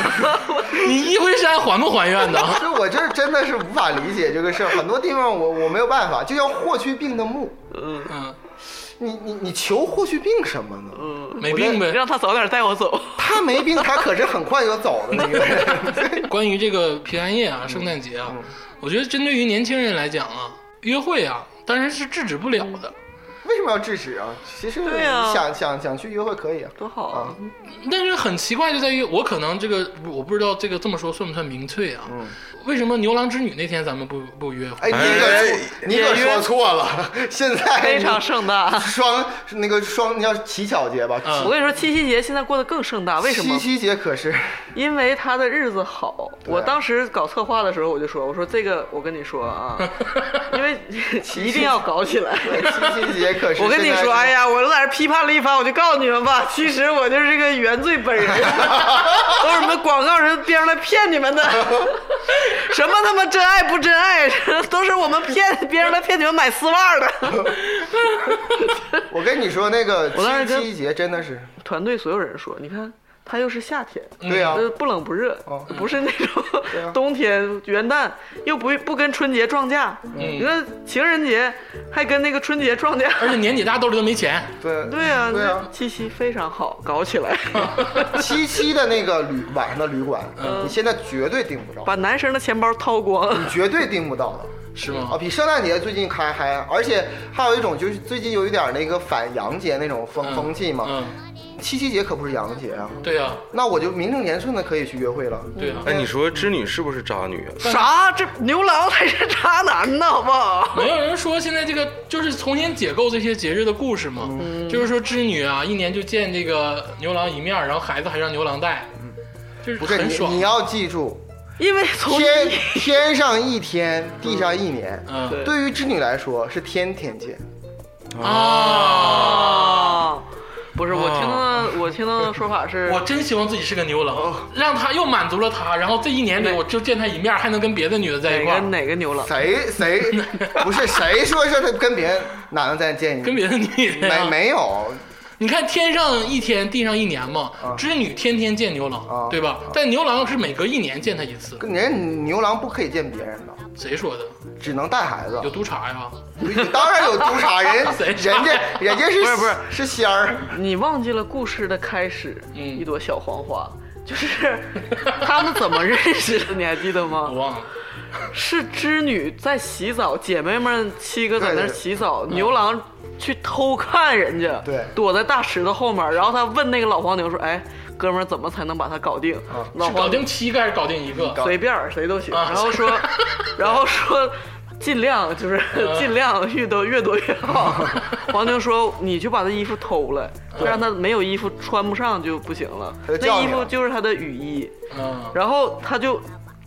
Speaker 2: 你一回山还不还愿呢？
Speaker 4: 就我这真的是无法理解这个事儿，很多地方我我没有办法，就像霍去病的墓，
Speaker 3: 嗯
Speaker 2: 嗯，
Speaker 4: 你你你求霍去病什么呢？
Speaker 3: 嗯，
Speaker 2: 没病呗。
Speaker 3: 让他早点带我走。
Speaker 4: 他没病，他可是很快就走的一个 人。
Speaker 2: 关于这个平安夜
Speaker 4: 嗯
Speaker 2: 啊、圣诞节啊，我觉得针对于年轻人来讲啊，约会啊，当然是制止不了
Speaker 4: 嗯
Speaker 2: 的。
Speaker 4: 为什么要制止啊？其实
Speaker 3: 对啊
Speaker 4: 想想想去约会可以啊。
Speaker 3: 多好
Speaker 4: 啊
Speaker 3: 啊！
Speaker 2: 但是很奇怪就在于，我可能这个我不知道这个这么说算不算明确啊？为什么牛郎织女那天咱们不不约会？
Speaker 4: 嗯哎，你可
Speaker 5: 哎
Speaker 4: 你可说错了，现在
Speaker 3: 非常盛大。
Speaker 4: 双那个双那叫乞巧节吧？
Speaker 2: 嗯
Speaker 3: 我跟你说，七夕节现在过得更盛大，为什么
Speaker 4: 七？夕节可是
Speaker 3: 因为他的日子好。
Speaker 4: 对
Speaker 3: 我当时搞策划的时候，我就说，我说这个，我跟你 说啊，因为 一定要搞起来。
Speaker 4: 七夕节可 是
Speaker 3: 我跟你
Speaker 4: 现在是
Speaker 3: 说，哎呀，我在这批判了一番，我就告诉你们吧，其实我就是个原罪 本人，都是你们广告人编出来骗你们 的，什么他妈真爱不真爱，都是我们骗编出来骗你们买丝袜的。
Speaker 4: 我跟你说，那个
Speaker 3: 我当时
Speaker 4: 七
Speaker 3: 跟
Speaker 4: 夕节真的是，
Speaker 3: 团队所有人说，你看他又是夏天，
Speaker 4: 对呀、
Speaker 3: 呃，不冷不热，
Speaker 4: 哦
Speaker 3: 不是那种
Speaker 4: 对啊
Speaker 3: 冬天元旦又不不跟春节撞架，
Speaker 4: 嗯
Speaker 3: 你看情人节还跟那个春节撞架，
Speaker 2: 而且年底大家兜里都没钱，
Speaker 4: 对
Speaker 3: 对啊，
Speaker 4: 对啊
Speaker 3: 那七夕非常好，搞起 来，
Speaker 4: 七夕的那个旅晚上的旅馆，
Speaker 2: 嗯
Speaker 4: 你现在绝对订不着，
Speaker 3: 把男生的钱包掏光，
Speaker 4: 绝对订不到的。
Speaker 2: 是
Speaker 4: 啊，
Speaker 2: 吗？
Speaker 4: 比圣诞节最近开还，而且还有一种就是最近有一点那个反洋节那种风、
Speaker 2: 嗯
Speaker 4: 啊风气嘛。
Speaker 2: 嗯，
Speaker 4: 七夕节可不是洋节啊，
Speaker 2: 对呀、
Speaker 4: 那我就名正言顺的可以去约会了。嗯
Speaker 2: 对呀、
Speaker 5: 哎，你说织女是不是渣女啊？
Speaker 3: 啥？这牛郎才是渣男呢，好不好？
Speaker 2: 没有人说现在这个就是重新解构这些节日的故事嘛，
Speaker 4: 嗯
Speaker 2: 就是说织女啊，一年就见这个牛郎一面，然后孩子还让牛郎带，就是
Speaker 4: 嗯不是
Speaker 2: 很
Speaker 4: 你
Speaker 2: 爽
Speaker 4: 你。要记住，
Speaker 3: 因为从
Speaker 4: 天天上一天，地上一年。
Speaker 2: 嗯
Speaker 4: 对于织女来说是天天见，
Speaker 2: 啊，
Speaker 3: 啊，不是我听到的，我听到的说法是，
Speaker 2: 我真希望自己是个牛郎，让他又满足了他，然后这一年里
Speaker 3: 哦对
Speaker 2: 我就见他一面，还能跟别的女的在一
Speaker 3: 哪
Speaker 2: 块
Speaker 3: 个
Speaker 2: 儿，
Speaker 3: 哪个牛郎？
Speaker 4: 谁谁不是谁说是他跟别人哪能再见一
Speaker 2: 跟
Speaker 4: 面？
Speaker 2: 别的女的呀
Speaker 4: 没没有，
Speaker 2: 你看天上一天，地上一年嘛，
Speaker 3: 啊
Speaker 2: 织女天天见牛
Speaker 4: 啊
Speaker 2: 郎，对吧？但牛郎是每隔一年见他一次，
Speaker 4: 跟人牛郎不可以见别人的，
Speaker 2: 谁说的？
Speaker 4: 只能带孩子
Speaker 2: 有。督察呀？
Speaker 4: 当然有督察，人
Speaker 2: 谁
Speaker 4: 人家人家是
Speaker 3: 不是不是
Speaker 4: 是仙儿，
Speaker 3: 你忘记了故事的开始，
Speaker 2: 嗯
Speaker 3: 一朵小黄花。就是他们怎么认识的，你还记得
Speaker 2: 我
Speaker 3: 吗？
Speaker 2: 忘了。
Speaker 3: 是织女在洗澡，姐妹们七个在那
Speaker 4: 对
Speaker 3: 儿
Speaker 4: 对
Speaker 3: 洗澡，牛郎去偷看人家，
Speaker 4: 对
Speaker 3: 躲在大石头后面，然后他问那个老黄牛说：“哎，哥们儿，怎么才能把他搞定？”老
Speaker 2: 是
Speaker 3: 黄
Speaker 2: 搞
Speaker 3: 牛
Speaker 2: 定七个还是搞定一个？
Speaker 3: 随便儿谁都行。
Speaker 2: 啊
Speaker 3: 然后说， 然后说，尽量就是
Speaker 4: 嗯
Speaker 3: 尽量越多越多越 好。黄牛说：“你去把他衣服偷了，就让他没有衣服穿不上就不行了。
Speaker 4: 嗯他就叫
Speaker 3: 那
Speaker 4: 你
Speaker 3: 衣服
Speaker 4: 了
Speaker 3: 就是他的雨衣。”
Speaker 2: 嗯，
Speaker 3: 然后他就。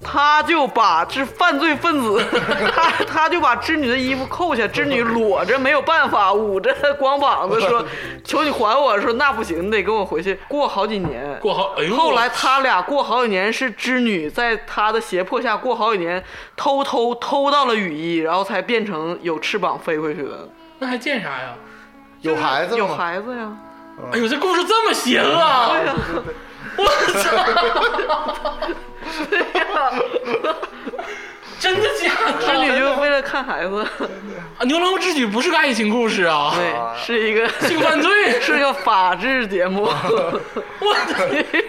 Speaker 3: 他就把这犯罪分子， 他他就把织女的衣服扣下， 织女裸着没有办法，捂着 光膀子说：“求你还我！”说那不行，你得跟我回去。过好几年，
Speaker 2: 过好。哎呦，
Speaker 3: 后来他俩过好几年是织女在他的胁迫下过好几年，偷偷偷到了雨衣，然后才变成有翅膀飞回去的。
Speaker 2: 那还见啥呀？
Speaker 4: 有孩子
Speaker 3: 有
Speaker 4: 吗？
Speaker 3: 孩子呀，
Speaker 2: 哎呦，这故事这么邪恶啊！ 我操！ 真的假
Speaker 3: 织
Speaker 2: 的？
Speaker 3: 女就为了看孩子，
Speaker 2: 啊牛郎织女不是个爱情故事啊，
Speaker 3: 对，是一个
Speaker 2: 性犯罪
Speaker 3: 是个法制节 目。
Speaker 2: 我操！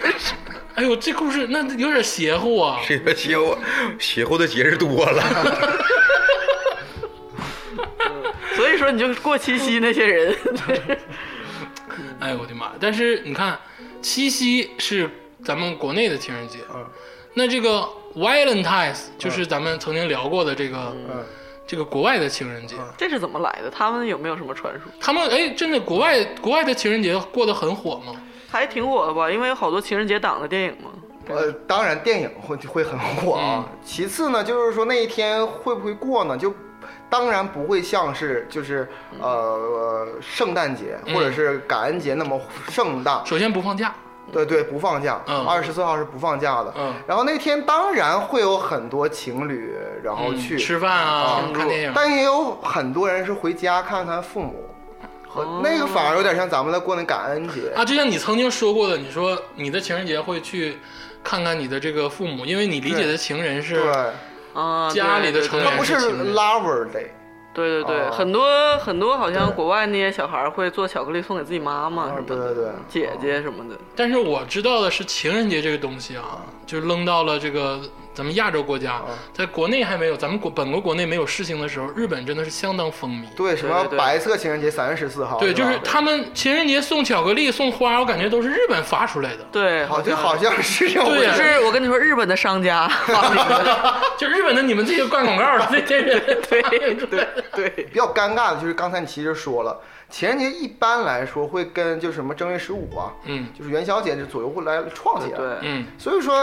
Speaker 2: 哎呦，这故事那有点邪乎啊！
Speaker 5: 这个邪乎邪乎的节日多了，
Speaker 3: 所以说，你就过七夕那些人，
Speaker 2: 哎呦我的妈！但是你看，七夕是咱们国内的情人节，
Speaker 4: 嗯
Speaker 2: 那这个 Valentine's 就是咱们曾经聊过的这个、
Speaker 4: 嗯
Speaker 2: 这个国外的情人节。
Speaker 3: 这是怎么来的？他们有没有什么传说？
Speaker 2: 他们哎，真的国外国外的情人节过得很火吗？
Speaker 3: 还挺火的吧？因为有好多情人节档的电影嘛。
Speaker 4: 呃，当然电影会会很火啊。其次呢，就是说那一天会不会过呢？就当然不会像是就是呃圣诞节或者是感恩节那么盛大，
Speaker 2: 首先不放假，
Speaker 4: 对对，不放假
Speaker 2: 嗯，
Speaker 4: 二十四号是不放假的。
Speaker 2: 嗯
Speaker 4: 然后那天当然会有很多情侣然后
Speaker 2: 嗯
Speaker 4: 去
Speaker 2: 吃饭啊，看电影。
Speaker 4: 但也有很多人是回家看看父母。我那个反而有点像咱们在过那感恩节，
Speaker 2: 啊，就像你曾经说过的，你说你的情人节会去看看你的这个父母，因为你理解的情人是
Speaker 4: 对，
Speaker 3: 啊，
Speaker 2: 家里的成员
Speaker 4: 它不是
Speaker 2: 情人
Speaker 4: Lover Day，
Speaker 3: 对对对，
Speaker 4: 哦
Speaker 3: 很多很多好像国外那些小孩儿会做巧克力送给自己妈妈
Speaker 4: 啊
Speaker 3: 什
Speaker 4: 对
Speaker 3: 么的，
Speaker 4: 对对，哦
Speaker 3: 姐姐什么的。
Speaker 2: 但是我知道的是，情人节这个东西啊，就扔到了这个咱们亚洲国家，在国内还没有，咱们国本国国内没有事情的时候，日本真的是相当风靡。
Speaker 4: 对什么
Speaker 3: 对对
Speaker 4: 白色情人节三月十四号，
Speaker 2: 对，就是
Speaker 4: 吧
Speaker 2: 他们情人节送巧克力、送花，我感觉都是日本发出来的，
Speaker 3: 对，
Speaker 4: 好像好像是这样，
Speaker 2: 对
Speaker 4: 我
Speaker 2: 呀
Speaker 4: 是
Speaker 3: 是我跟你说，日本的商 家 发明的。
Speaker 2: 就日本的你们这些灌广告的这些人
Speaker 3: 对
Speaker 2: 发明出来的
Speaker 3: 对对，
Speaker 4: 比较尴尬的就是刚才你其实说了，情人节一般来说会跟就是什么正月十五啊，
Speaker 2: 嗯
Speaker 4: 就是元宵节这左右会来创起来，
Speaker 3: 对，
Speaker 2: 嗯，
Speaker 4: 所以说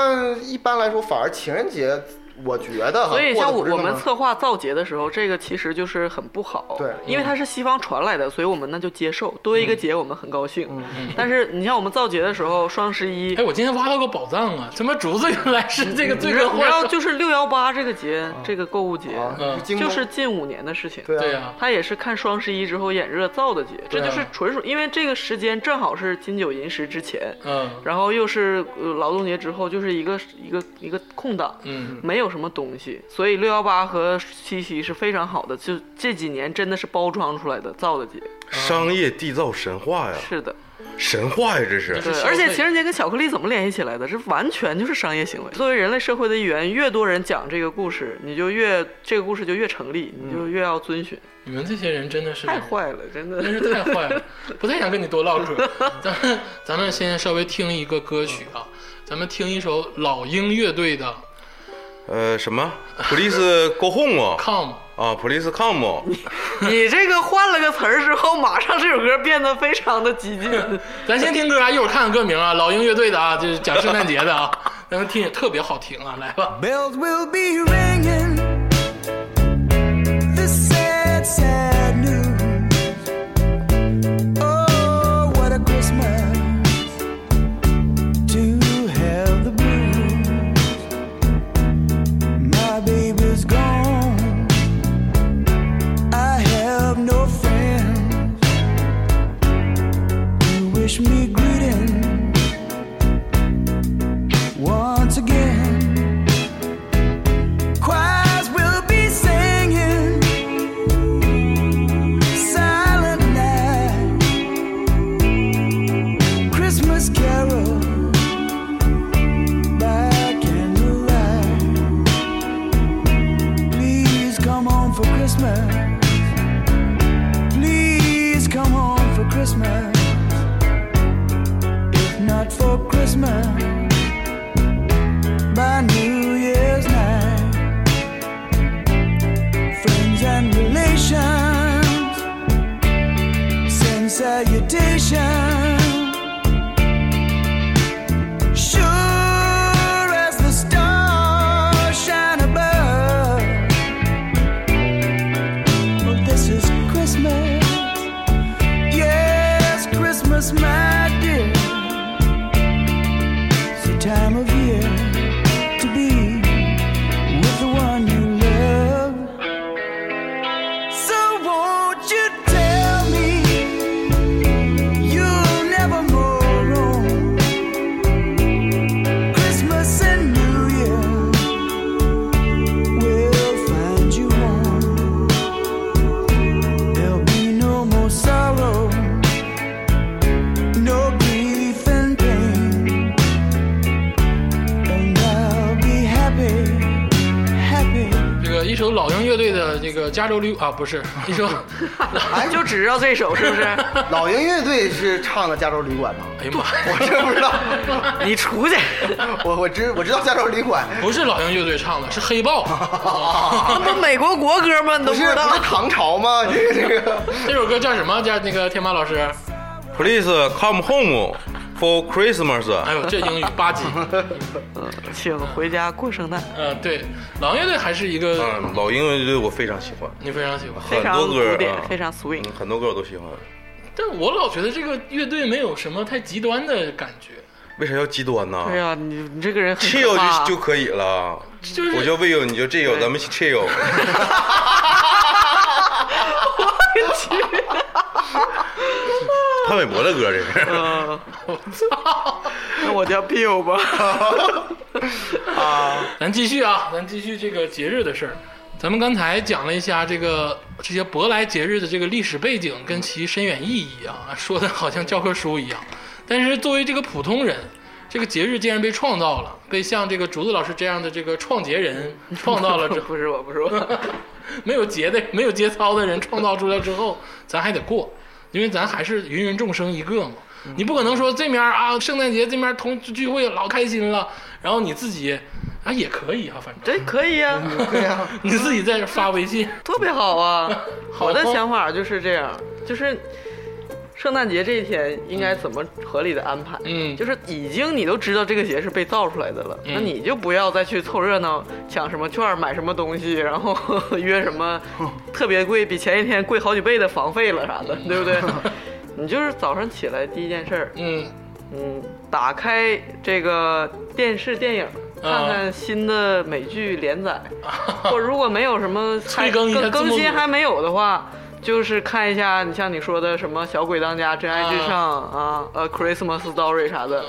Speaker 4: 一般来说反而情人节，我觉得哈
Speaker 3: 所以像我
Speaker 4: 过得
Speaker 3: 我
Speaker 4: 不是那
Speaker 3: 们
Speaker 4: 么
Speaker 3: 策划造节的时候，这个其实就是很不好，
Speaker 4: 对
Speaker 3: 因为它是西方传来的，所以我们那就接受，多一个节我们很高兴。
Speaker 4: 嗯
Speaker 3: 但是你像我们造节的时候，双十一
Speaker 2: 哎，，我今天挖到个宝藏啊！他妈竹子原来是这个罪
Speaker 3: 你
Speaker 2: 根
Speaker 3: 知道你知道
Speaker 2: 坏，
Speaker 3: 就是六幺八这个节，这个购物节，
Speaker 4: 啊
Speaker 2: 嗯，
Speaker 4: 京东
Speaker 3: 就是近五年的事情。
Speaker 2: 对
Speaker 4: 对啊，
Speaker 2: 呀、
Speaker 3: 它也是看双十一之后眼热造的节，这
Speaker 2: 对啊
Speaker 3: 就是纯属因为这个时间正好是金九银十之前，
Speaker 2: 嗯
Speaker 3: 然后又是呃劳动节之后，就是一个一个一个空档，
Speaker 2: 嗯，
Speaker 3: 没有什么东西，所以六幺八和七夕是非常好的，就这几年真的是包装出来的造的节，
Speaker 5: 商业缔造神话呀，
Speaker 3: 是的，
Speaker 5: 神话呀，这是
Speaker 2: 这是
Speaker 3: 对，
Speaker 2: 消费
Speaker 3: 而且情人节跟巧克力怎么联系起来的？这完全就是商业行为。作为人类社会的一员，越多人讲这个故事，你就越这个故事就越成立，你
Speaker 2: 嗯
Speaker 3: 就越要遵循。
Speaker 2: 你们这些人真的是
Speaker 3: 太坏了，真
Speaker 2: 真
Speaker 3: 的。
Speaker 2: 是太坏了，不太想跟你多唠嗑。咱们咱们先稍微听一个歌曲啊，咱们听一首老鹰乐队的
Speaker 5: 呃什么 police go home
Speaker 2: 《
Speaker 5: 啊
Speaker 2: Come
Speaker 5: 啊 police come
Speaker 3: 你这个换了个词儿之后，马上这首歌变得非常的 激进。》。
Speaker 2: 咱先听歌啊，一会儿看看歌名啊，老鹰乐队的啊，就是讲圣诞节的啊，咱们听也特别好听啊，来吧。
Speaker 6: Bells will be ringing. This sad, sad news. Oh, what a Christmas to have the blues. My baby's gone. I have no friends to wish me greeting once again choirs will be singing. Silent night, Christmas carol by candlelight. Please come home for Christmas. Please come home for Christmas. If not for Christmas, by New Year's night friends and relations. Send salutations. Sure as the stars shine above. Well, this is Christmas. Yes, Christmas, my dear. It's the time of year to be with the one you love. So won't you tell me you'll never more roam Christmas and New Year will find you home. There'll be no more sorrow, no grief and pain, and I'll be happy, happy.
Speaker 2: 这个一首老鹰乐队的这个加州旅啊，不是一首，哎
Speaker 3: 就只知道这首是不 是？
Speaker 4: 老鹰乐队是唱的《加州旅馆》吗？
Speaker 2: 哎呀妈呀，
Speaker 4: 我真不知道，
Speaker 3: 你出去，
Speaker 4: 我我知我知道《加州 旅馆》
Speaker 2: 不是老鹰乐队唱的，是黑豹。
Speaker 3: 那不美国国歌吗？你都
Speaker 4: 不
Speaker 3: 不知
Speaker 4: 是不
Speaker 3: 道
Speaker 4: 是。唐朝吗？ 这个这个
Speaker 2: 这首歌叫什么？叫那个天马老师？
Speaker 5: police come home for Christmas。啊
Speaker 2: 哎呦，这英语八级。
Speaker 3: 请回家过圣诞，
Speaker 2: 嗯，对，老鹰乐队还是一个
Speaker 5: 嗯，老鹰乐队我非常喜欢，
Speaker 2: 你非常喜欢。
Speaker 3: 非
Speaker 5: 很
Speaker 3: 常
Speaker 5: 多歌
Speaker 3: 古
Speaker 5: 儿
Speaker 3: 典，
Speaker 5: 啊
Speaker 3: 非常 swing
Speaker 5: 嗯。很多歌我都喜欢。
Speaker 2: 但我老觉得这个乐队没有什么太极端的感觉，
Speaker 5: 为啥要极端呢？
Speaker 3: 哎呀，你你这个人很
Speaker 5: chill
Speaker 3: 可怕啊
Speaker 5: 就就可以了，
Speaker 2: 就是
Speaker 5: 我叫 Will，你就 j i l
Speaker 3: 对
Speaker 5: 咱们一起 chill。潘玮柏的歌，这是。
Speaker 3: 嗯，那我叫 Bill 吧。
Speaker 2: 咱继续啊，咱继续这个节日的事儿。咱们刚才讲了一下这个这些舶来节日的这个历史背景跟其深远意义啊，说的好像教科书一样。但是作为这个普通人，这个节日既然被创造了，被像这个竹子老师这样的这个创节人创造了之后，
Speaker 3: 不是我，不是我。
Speaker 2: 没有节的、没有节操的人创造出来之后，咱还得过，因为咱还是芸芸众生一个嘛。
Speaker 3: 嗯
Speaker 2: 你不可能说这面啊，圣诞节这面同聚会老开心了，然后你自己啊也可以啊，反正
Speaker 3: 这嗯可以啊呀、
Speaker 4: 对呀、
Speaker 2: 你自己在这发微信，！
Speaker 3: 特别 好 啊
Speaker 2: 好
Speaker 3: 我的想法就是这样，就是圣诞节这一天应该怎么合理的安排？
Speaker 2: 嗯
Speaker 3: 就是已经你都知道这个节是被造出来的了，
Speaker 2: 嗯
Speaker 3: 那你就不要再去凑热闹，抢什么券儿、买什么东西，然后 约什么特别贵、比前一天贵好几倍的房费了啥的，对不对？ 你就是早上起来第一件事儿，
Speaker 2: 嗯
Speaker 3: 嗯，打开这个电视电影，
Speaker 2: 啊
Speaker 3: 看看新的美剧连载， 或如果没有什么
Speaker 2: 催更一下
Speaker 3: 还
Speaker 2: 字幕
Speaker 3: 更
Speaker 2: 组
Speaker 3: 新还没有的话，就是看一下你像你说的什么《小鬼当家》《真爱至上》啊，呃，《Christmas Story》啥的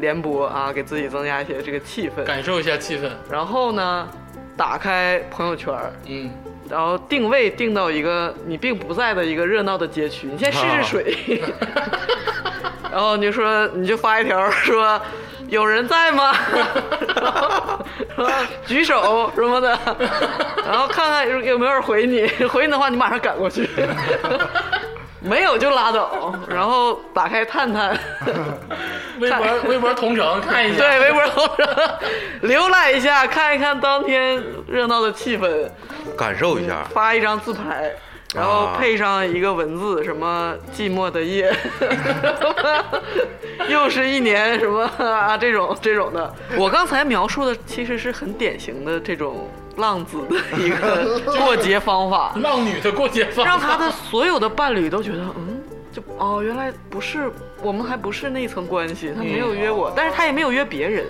Speaker 3: 联播啊，给自己增加一些这个气氛。
Speaker 2: 感受一下气氛，
Speaker 3: 然后呢，打开朋友圈儿，
Speaker 2: 嗯，
Speaker 3: 然后定位定到一个你并不在的一个热闹的街区，你先试试水，啊 然后你就说你就发一条说有人在 吗？然后说举手什么的，然后看看有有没有人回你， 回你的话你马上赶过 去，没有就拉倒，然后打开探探。
Speaker 2: 微博微博同城看一下，
Speaker 3: 对，微博头上浏览一下，看一看当天热闹的气氛，
Speaker 5: 感受一下，
Speaker 3: 发一张自拍，然后配上一个文字，什么寂寞的夜，又是一年什么啊这种这种的。我刚才描述的其实是很典型的这种浪子的一个 过节方法，
Speaker 2: 浪女的过节方
Speaker 3: 让他的所有的伴侣都觉得嗯。就哦，原来不是，我们还不是那层关系，他没有约我，但是他也没有约别人，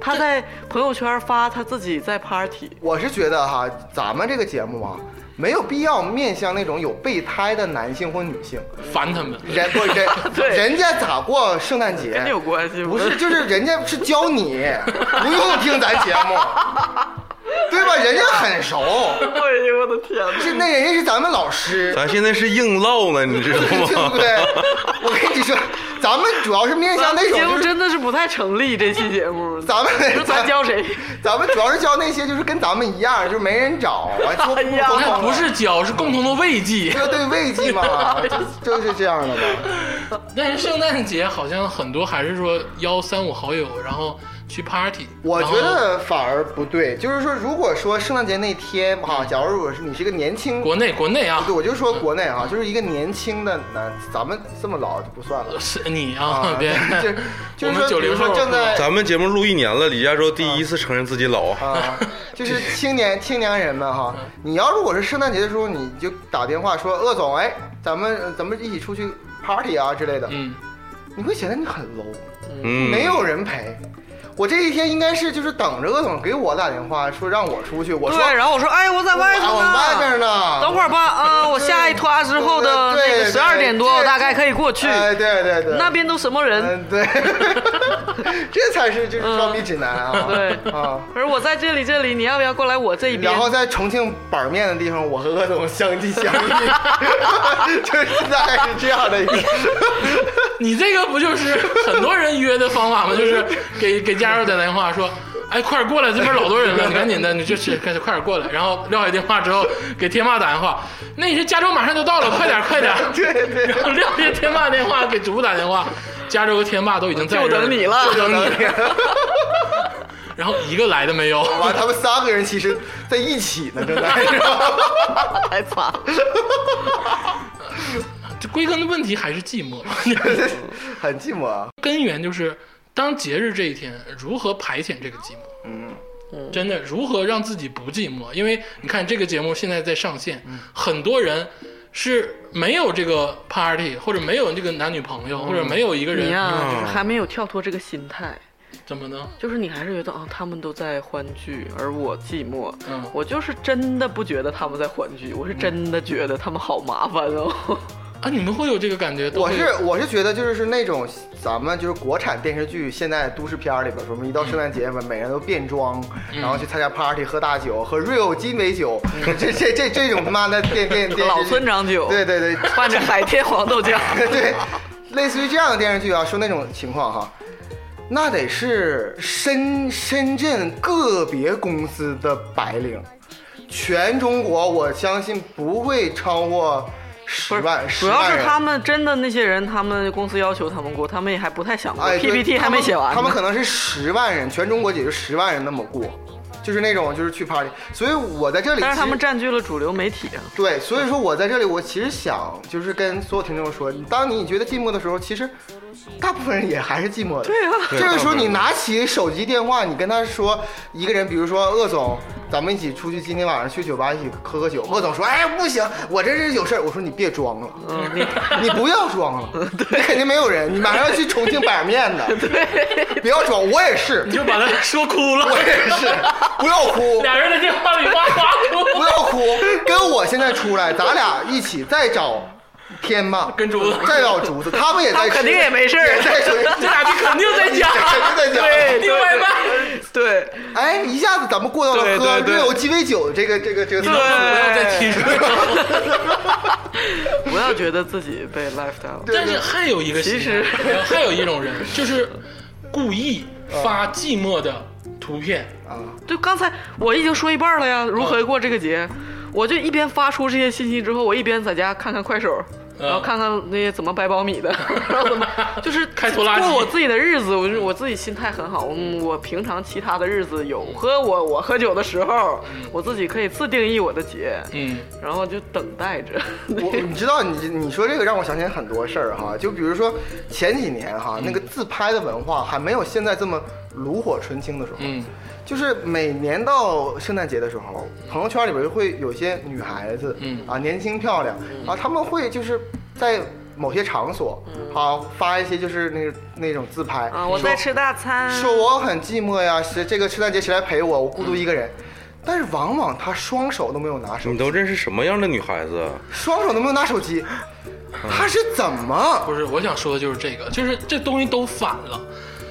Speaker 3: 他在朋友圈发他自己在 party，
Speaker 4: 我是觉得哈，咱们这个节目啊，没有必要面向那种有备胎的男性或女性，
Speaker 2: 烦他们，
Speaker 4: 人不人
Speaker 3: 对
Speaker 4: 人家咋过圣诞节
Speaker 3: 跟你有关系吗？
Speaker 4: 哎不是，就是人家是教你，不用听咱节 目，对吧？人家很熟，
Speaker 3: 哎呦我的天哪！
Speaker 4: 是那人家是咱们老师，
Speaker 5: 咱现在是硬唠呢，你知道
Speaker 4: 对不
Speaker 5: 吗？
Speaker 4: 对？我跟你说，咱们主要是面向那种
Speaker 3: 节目
Speaker 4: 就是，
Speaker 3: 真的是不太成立，这期节目。
Speaker 4: 咱们
Speaker 3: 你说咱教谁？
Speaker 4: 咱们主要是教那些就是跟咱们一样，就是没人找，完说
Speaker 3: 哎呀
Speaker 4: 沟
Speaker 2: 那
Speaker 4: 通
Speaker 2: 不是教，是共同的慰藉。
Speaker 4: 这对慰藉 嘛，就就是这样的嘛。
Speaker 2: 但是圣诞节好像很多还是说邀三五好友，然后去 party。
Speaker 4: 我觉得反而不对，就是说，如果说圣诞节那天哈、假如我是你是一个年轻，
Speaker 2: 嗯国内国内啊
Speaker 4: 对，，我就说国内啊，就是一个年轻的男，咱们这么老就不算 了
Speaker 2: 是你啊
Speaker 4: 啊，，
Speaker 2: 别
Speaker 4: 就就
Speaker 2: 我
Speaker 4: 是
Speaker 2: 们
Speaker 4: 说，
Speaker 2: 九
Speaker 4: 比如
Speaker 2: 零后
Speaker 4: 说正在
Speaker 5: 咱们节目录一年了，李佳洲第一次承认自己老，
Speaker 4: 啊，就是青年青年人们
Speaker 2: 嗯
Speaker 4: 哈，你要如果是圣诞节的时候，你就打电话说鄂总，哎，咱们呃咱们一起出去 party 啊之类的，
Speaker 2: 嗯，
Speaker 4: 你会显得你很 low，
Speaker 5: 嗯，
Speaker 4: 没有人陪。我这一天应该是就是等着鄂总给我打电话说让我出去，我说
Speaker 3: 对，然后我说，哎，我在
Speaker 4: 我
Speaker 3: 外头
Speaker 4: 我
Speaker 3: 呢，
Speaker 4: 外边呢，
Speaker 3: 等会儿吧，啊，我下一拖之后的
Speaker 4: 对
Speaker 3: 那个
Speaker 4: 对
Speaker 3: 十二点多，
Speaker 4: 对
Speaker 3: 我大概可以过去。
Speaker 4: 哎，对对对，
Speaker 3: 那边都什么人？
Speaker 4: 嗯，对， 这才是就是装逼指南啊！
Speaker 3: 对
Speaker 4: 啊，
Speaker 3: 可是我在这里，这里，你要不要过来我这一边
Speaker 4: 然？后在重庆板面的地方，我和鄂总相继相遇， 就是大概是这样的一个。
Speaker 2: 你这个不就是很多人约的方法吗？就是给给家人打电话说。哎，快点过来！这边老多 人了，你赶紧的，你就是快点快点过来。然后撂下电话之后，给天霸打电话，那些加州马上就到了，快点 快点！
Speaker 4: 对对
Speaker 2: 然后撂下天霸电话给主播打电话，加州和天霸都已经在这
Speaker 3: 就
Speaker 2: 儿
Speaker 3: 等你了，
Speaker 2: 就 等你。然后一个来的没有，
Speaker 4: 完，他们三个人其实在一起呢，正在。
Speaker 3: 太惨了。
Speaker 2: 这归根的问题还是寂寞。
Speaker 4: 很寂寞啊，
Speaker 2: 根源就是当节日这一天，如何排遣这个寂寞？嗯，真的如何让自己不寂寞？因为你看这个节目现在在上线，
Speaker 4: 嗯
Speaker 2: 很多人是没有这个 party，或者没有这个男女朋友，或
Speaker 4: 嗯
Speaker 2: 者没有一个
Speaker 3: 你
Speaker 2: 人、
Speaker 3: 呀、就是还没有跳脱这个心态，
Speaker 2: 怎么呢？
Speaker 3: 就是你还是觉得啊，他们都在欢聚，而我寂寞。
Speaker 2: 嗯
Speaker 3: 我就是真的不觉得他们在欢聚，我是真的觉得他们好麻烦哦。
Speaker 2: 啊，你们会有这个感觉？都
Speaker 4: 我
Speaker 2: 会有
Speaker 4: 是 我是觉得就是是那种咱们就是国产电视剧现在都市片儿里边，什么一到圣诞节嘛，每人都变装，然后去参加 party 喝大酒，喝 real 鸡尾酒，这这这这种他妈的电电电
Speaker 3: 老村长酒
Speaker 4: 对对对
Speaker 3: 拌着海天黄豆 浆，
Speaker 4: 对，类似于这样的电视剧啊，说那种情况哈。那得是深深圳个别公司的白领，全中国我相信不会超过
Speaker 3: 不是
Speaker 4: 十万，，十
Speaker 3: 主要
Speaker 4: 万
Speaker 3: 是
Speaker 4: 人
Speaker 3: 他们真的那些人，他们公司要求他们过，他们也还不太想过
Speaker 4: 哎对
Speaker 3: ，PPT 还没写完呢
Speaker 4: 他们，他们可能是十万人，全中国也就十万人那么过，就是那种就是去 party。所以我在这里，
Speaker 3: 但是他
Speaker 4: 其实
Speaker 3: 们占据了主流媒体啊。
Speaker 4: 对，所以说我在这里，我其实想就是跟所有听众说，当你觉得寂寞的时候，其实大部分人也还是寂寞的。
Speaker 3: 对啊
Speaker 4: 这个时候你拿起手机电话，你跟他说一个人，比如说鄂总，咱们一起出去，今天晚上去酒吧一起喝喝酒。鄂总说，哎，不行，我这是有事儿。我说你别装了，嗯你你不要装了， 你肯定没有人，你马上要去重庆板面的， 对，不要装，我也是
Speaker 2: 你，就把他说哭了，
Speaker 4: 我也是，不要哭，
Speaker 2: 俩人在电话里哇 哇哭，
Speaker 4: 不要哭，跟我现在出来，咱俩一起再找天吧，
Speaker 2: 跟竹子
Speaker 4: 再找竹子，他们也在吃，
Speaker 3: 他肯定也没事儿
Speaker 4: 也在吃，
Speaker 2: 这俩就肯定在家，
Speaker 4: 肯定在家
Speaker 2: 对，
Speaker 4: 对
Speaker 2: 订外卖。
Speaker 3: 对
Speaker 4: 哎，一下子咱们过到
Speaker 3: 对
Speaker 4: 了喝
Speaker 3: 对对
Speaker 4: 热有鸡尾酒这个这个这个，
Speaker 3: 对
Speaker 2: 不要再提这个。
Speaker 3: 不要觉得自己被 left out，
Speaker 2: 但是还有一个
Speaker 3: 其实
Speaker 2: 心态还有一种人，就是故意发寂寞的图片，
Speaker 3: 就刚才我已经说一半了呀，如
Speaker 2: 哦
Speaker 3: 何过这个节？我就一边发出这些信息之后，我一边在家看看快手，
Speaker 2: 嗯
Speaker 3: 然后看看那些怎么掰苞 米的，然后怎么就是
Speaker 2: 开拖拉机
Speaker 3: 过我自己的日子。我就是我自己心态很好，嗯，我平常其他的日子有喝我我喝酒的时候，我自己可以自定义我的节，
Speaker 2: 嗯，
Speaker 3: 然后就等待着。
Speaker 4: 我你知道你你说这个让我想起来很多事儿哈，就比如说前几年哈，
Speaker 3: 嗯
Speaker 4: 那个自拍的文化还没有现在这么炉火纯青的时候，
Speaker 2: 嗯，
Speaker 4: 就是每年到圣诞节的时候，朋友圈里边就会有些女孩子，
Speaker 2: 嗯
Speaker 4: 啊，年轻漂亮
Speaker 3: 嗯
Speaker 4: 啊，她们会就是在某些场所啊发一些就是那那种自拍
Speaker 3: 嗯啊，我
Speaker 4: 说
Speaker 3: 在吃大餐。
Speaker 4: 说我很寂寞呀，是这个圣诞节谁来陪我？我孤
Speaker 3: 嗯
Speaker 4: 独一个人。但是往往她双手都没有拿手
Speaker 5: 你
Speaker 4: 机，
Speaker 5: 都认识什么样的女孩子啊？
Speaker 4: 双手都没有拿手机，她是怎么？
Speaker 2: 不是，我想说的就是这个，就是这东西都反了。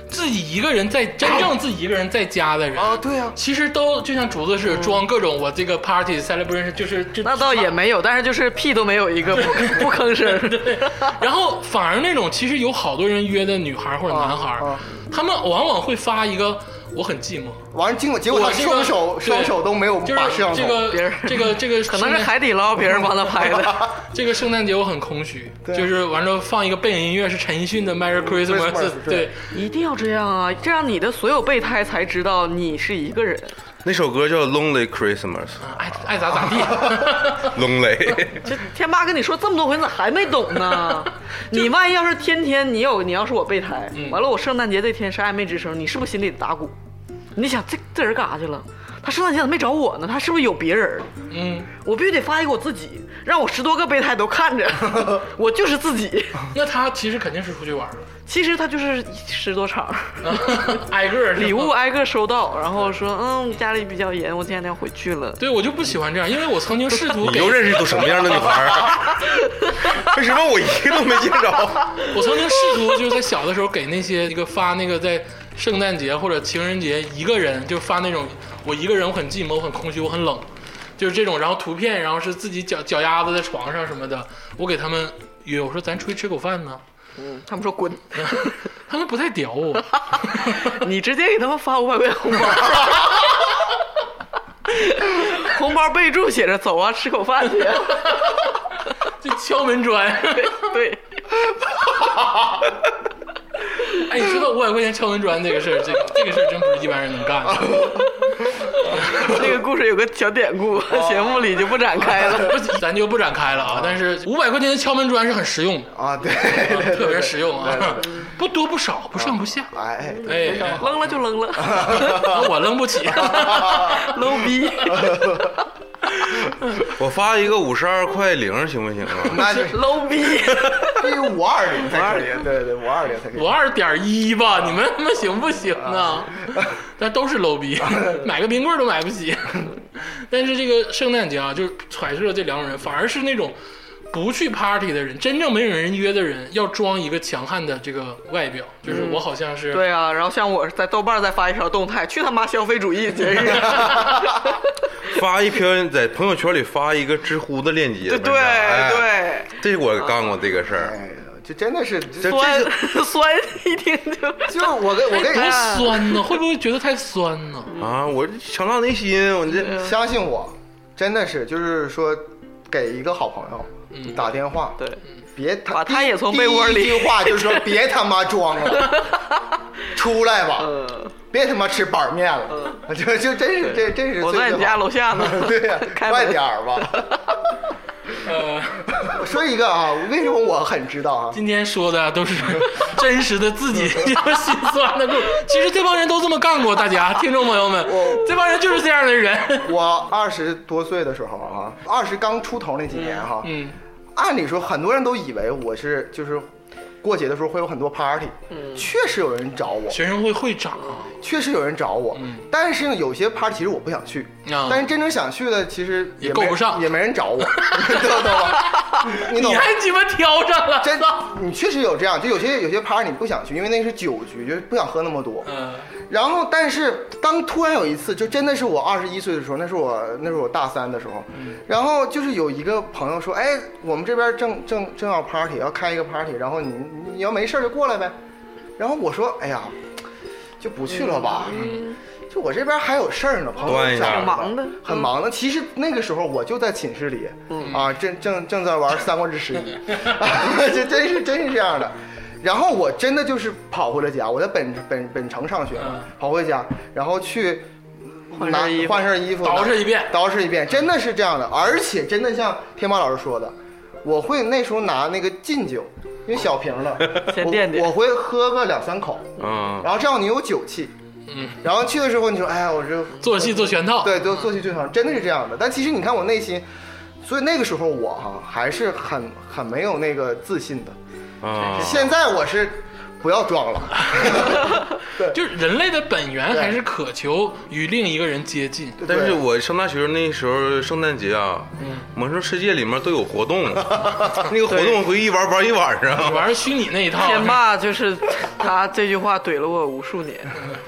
Speaker 2: 自己一个人在真正自己一个人在家的人
Speaker 4: 啊，对呀、
Speaker 2: 其实都就像竹子似的，装各种我这个 party celebration，就是就
Speaker 3: 那倒也没有，但是就是屁都没有一 个，不不吭声。
Speaker 2: 然后反而那种其实有好多人约的女孩或者男孩
Speaker 4: 啊啊，
Speaker 2: 他们往往会发一个我很寂寞，
Speaker 4: 完了，结果结果她
Speaker 2: 我这个
Speaker 4: 双手
Speaker 2: 对
Speaker 4: 双手都没有
Speaker 2: 就是
Speaker 4: 把摄像头。
Speaker 2: 这个
Speaker 3: 别人
Speaker 2: 这个这 个
Speaker 3: 可能是海底捞别人帮他拍 的。
Speaker 2: 这个圣诞节我很空虚，
Speaker 4: 对
Speaker 2: 就是完了放一个背景音乐是陈奕迅的 Merry Christmas，
Speaker 4: Christmas，
Speaker 2: 对
Speaker 4: 对，
Speaker 3: 一定要这样啊！这样你的所有备胎才知道你是一个人。
Speaker 5: 那首歌叫《Lonely Christmas
Speaker 2: 嗯爱爱咋咋地，》
Speaker 5: ，Lonely。
Speaker 3: 这天霸跟你说这么多回，你咋还没懂呢？你万一要是天天你有，你要是我备胎，完了我圣诞节这天啥也没吱声，你是不是心里打鼓？你想这这人干啥去了？他圣诞节咋没找我呢？他是不是有别人？
Speaker 2: 嗯，
Speaker 3: 我必须得发一个我自己，让我十多个备胎都看着，我就是自己。
Speaker 2: 那他其实肯定是出去玩了，
Speaker 3: 其实他就是十多场。
Speaker 2: 挨个儿是吧
Speaker 3: 礼物挨个收到，然后说，嗯，家里比较严，我这两天回去了。
Speaker 2: 对我就不喜欢这样，因为我曾经试图
Speaker 5: 你
Speaker 2: 给
Speaker 5: 又认识都什么样的女孩儿啊？ 为什么我一个都没见着？
Speaker 2: 我曾经试图就是在小的时候给那些一个发那个在圣诞节或者情人节一个人就发那种我一个人我很寂寞我很空虚我很冷，就是这种，然后图片，然后是自己脚脚丫子在床上什么的，我给他们约我说咱出去吃口饭呢，
Speaker 3: 他们说滚，
Speaker 2: 他们不太屌我，
Speaker 3: 你直接给他们发五百块钱红包， 红包备注写着“走啊，吃口饭去
Speaker 2: 就敲门砖。”。
Speaker 3: 对，
Speaker 2: 哎，你说到五百块钱敲门砖这个事儿，这个这个事儿真不是一般人能干的。
Speaker 3: 那个故事有个小典故，
Speaker 4: 哦
Speaker 3: 节目里就不展开了。
Speaker 2: 不，咱就不展开了啊。但是五百块钱的敲门砖是很实用的，
Speaker 4: 啊，对对对
Speaker 2: 特别实用啊， 不多不少，不上不下。
Speaker 4: 哎，
Speaker 2: 哎，哎
Speaker 3: 扔了就扔了
Speaker 2: 我扔不起。
Speaker 3: ，low 逼。
Speaker 5: 我发一个五十二块零行不行啊？
Speaker 4: 那就是
Speaker 3: low 逼，
Speaker 4: 必须五二零才可以，对对，五二零才可以。
Speaker 2: 五二点一吧，你们他妈行不行啊？ 但都是 low 逼，买个冰棍儿都买不起。但是这个圣诞节啊，就是揣测了这两种人，反而是那种不去 party 的人，真正没有人约的人，要装一个强悍的这个外表，就是我好像是、
Speaker 3: 对啊，然后像我在豆瓣儿再发一条动态，去他妈消费主义 节日，
Speaker 5: 发一篇在朋友圈里发一个知乎的链
Speaker 3: 对
Speaker 5: 接，文章哎
Speaker 3: 对，
Speaker 5: 这我干过这个事儿。
Speaker 4: 哎呦，就真的是，就
Speaker 3: 酸酸一听就
Speaker 4: 就是我跟我跟你
Speaker 2: 多
Speaker 4: 说，
Speaker 2: 酸呢，会不会觉得太酸呢？
Speaker 5: 啊，我强大内心，我这
Speaker 4: 相信我，真的是就是说，给一个好朋友打电话，
Speaker 3: 对，
Speaker 4: 别他
Speaker 3: 把他也从被窝
Speaker 4: 第
Speaker 3: 里
Speaker 4: 一句话就是说别他妈装了，出来吧，
Speaker 3: 呃，
Speaker 4: 别他妈吃板面了，
Speaker 2: 嗯
Speaker 4: 就就真是这真是
Speaker 3: 我
Speaker 4: 最
Speaker 3: 在
Speaker 4: 最
Speaker 3: 你家
Speaker 4: 好，
Speaker 3: 楼下呢
Speaker 4: 对 呀、
Speaker 3: 开
Speaker 4: 快
Speaker 3: 门
Speaker 4: 点儿吧。
Speaker 2: 呃，
Speaker 4: 我 说一个啊，为什么我很知道啊？
Speaker 2: 今天说的都是 真实的自己 心酸的故事。其实这帮人都这么干过，大家听众朋友们，这帮人就是这样的人。
Speaker 4: 我二十多岁的时候啊，二十刚出头那几年哈、
Speaker 2: 嗯，
Speaker 4: 按理说很多人都以为我是就是过节的时候会有很多 party，、确
Speaker 2: 嗯
Speaker 4: 实有人找我，
Speaker 2: 学生会会长，啊
Speaker 4: 确实有人找我，但是呢，有些 party 其实我不想去，
Speaker 2: 嗯啊
Speaker 4: 但是真正想去的其实
Speaker 2: 也
Speaker 4: 没
Speaker 2: 够不上
Speaker 4: 也没人找 我，懂懂吧？你懂
Speaker 2: 你
Speaker 4: 吗？
Speaker 2: 还鸡巴挑上 了，
Speaker 4: 真，你确实有这样，就有些有些 party 你不想去，因为那是酒局，就是不想喝那么多。
Speaker 2: 嗯、
Speaker 4: 然后，但是当突然有一次，就真的是我二十一岁的时候，那是我那是我大三的时候，然后就是有一个朋友说，哎，我们这边正正正要 party，要开一个 party，然后你你要没事儿就过来呗。然后我说，哎呀，就不去了吧，就我这边还有事儿呢，朋
Speaker 5: 端
Speaker 4: 友
Speaker 5: 一下
Speaker 4: 找
Speaker 5: 挺
Speaker 3: 忙的
Speaker 4: 很忙的。其实那个时候我就在寝室里，啊，正正正在玩《三国志十一》 啊，这真是真是这样的。然后我真的就是跑回了家，我在本本本城上学嘛
Speaker 2: 嗯，
Speaker 4: 跑回家，然后去
Speaker 3: 换
Speaker 4: 拿
Speaker 3: 身衣服
Speaker 4: 换身衣服，
Speaker 2: 捯饬一遍
Speaker 4: 捯饬一遍，真的是这样的。而且真的像天猫老师说的，我会那时候拿那个劲酒，因为小瓶的，
Speaker 3: 先
Speaker 4: 我
Speaker 3: 垫垫
Speaker 4: 我会喝个两三口，
Speaker 5: 嗯，
Speaker 4: 然后这样你有酒气。
Speaker 2: 嗯，
Speaker 4: 然后去的时候你说，哎呀，我这
Speaker 2: 做戏做全套，
Speaker 4: 对，都做戏最长，真的是这样的。但其实你看我内心，所以那个时候我哈、还是很很没有那个自信的。
Speaker 5: 啊，
Speaker 4: 现在我是不要装 了，
Speaker 2: 就是人类的本源还是渴求与另一个人接近。
Speaker 4: 对
Speaker 5: 但是我上大学那时候圣诞节啊，
Speaker 3: 嗯
Speaker 5: 魔兽世界里面都有活 动，那个活动回去一玩玩一晚
Speaker 2: 你
Speaker 5: 上。
Speaker 2: 玩虚拟那一套，
Speaker 3: 天霸就是他这句话怼了我无数 年，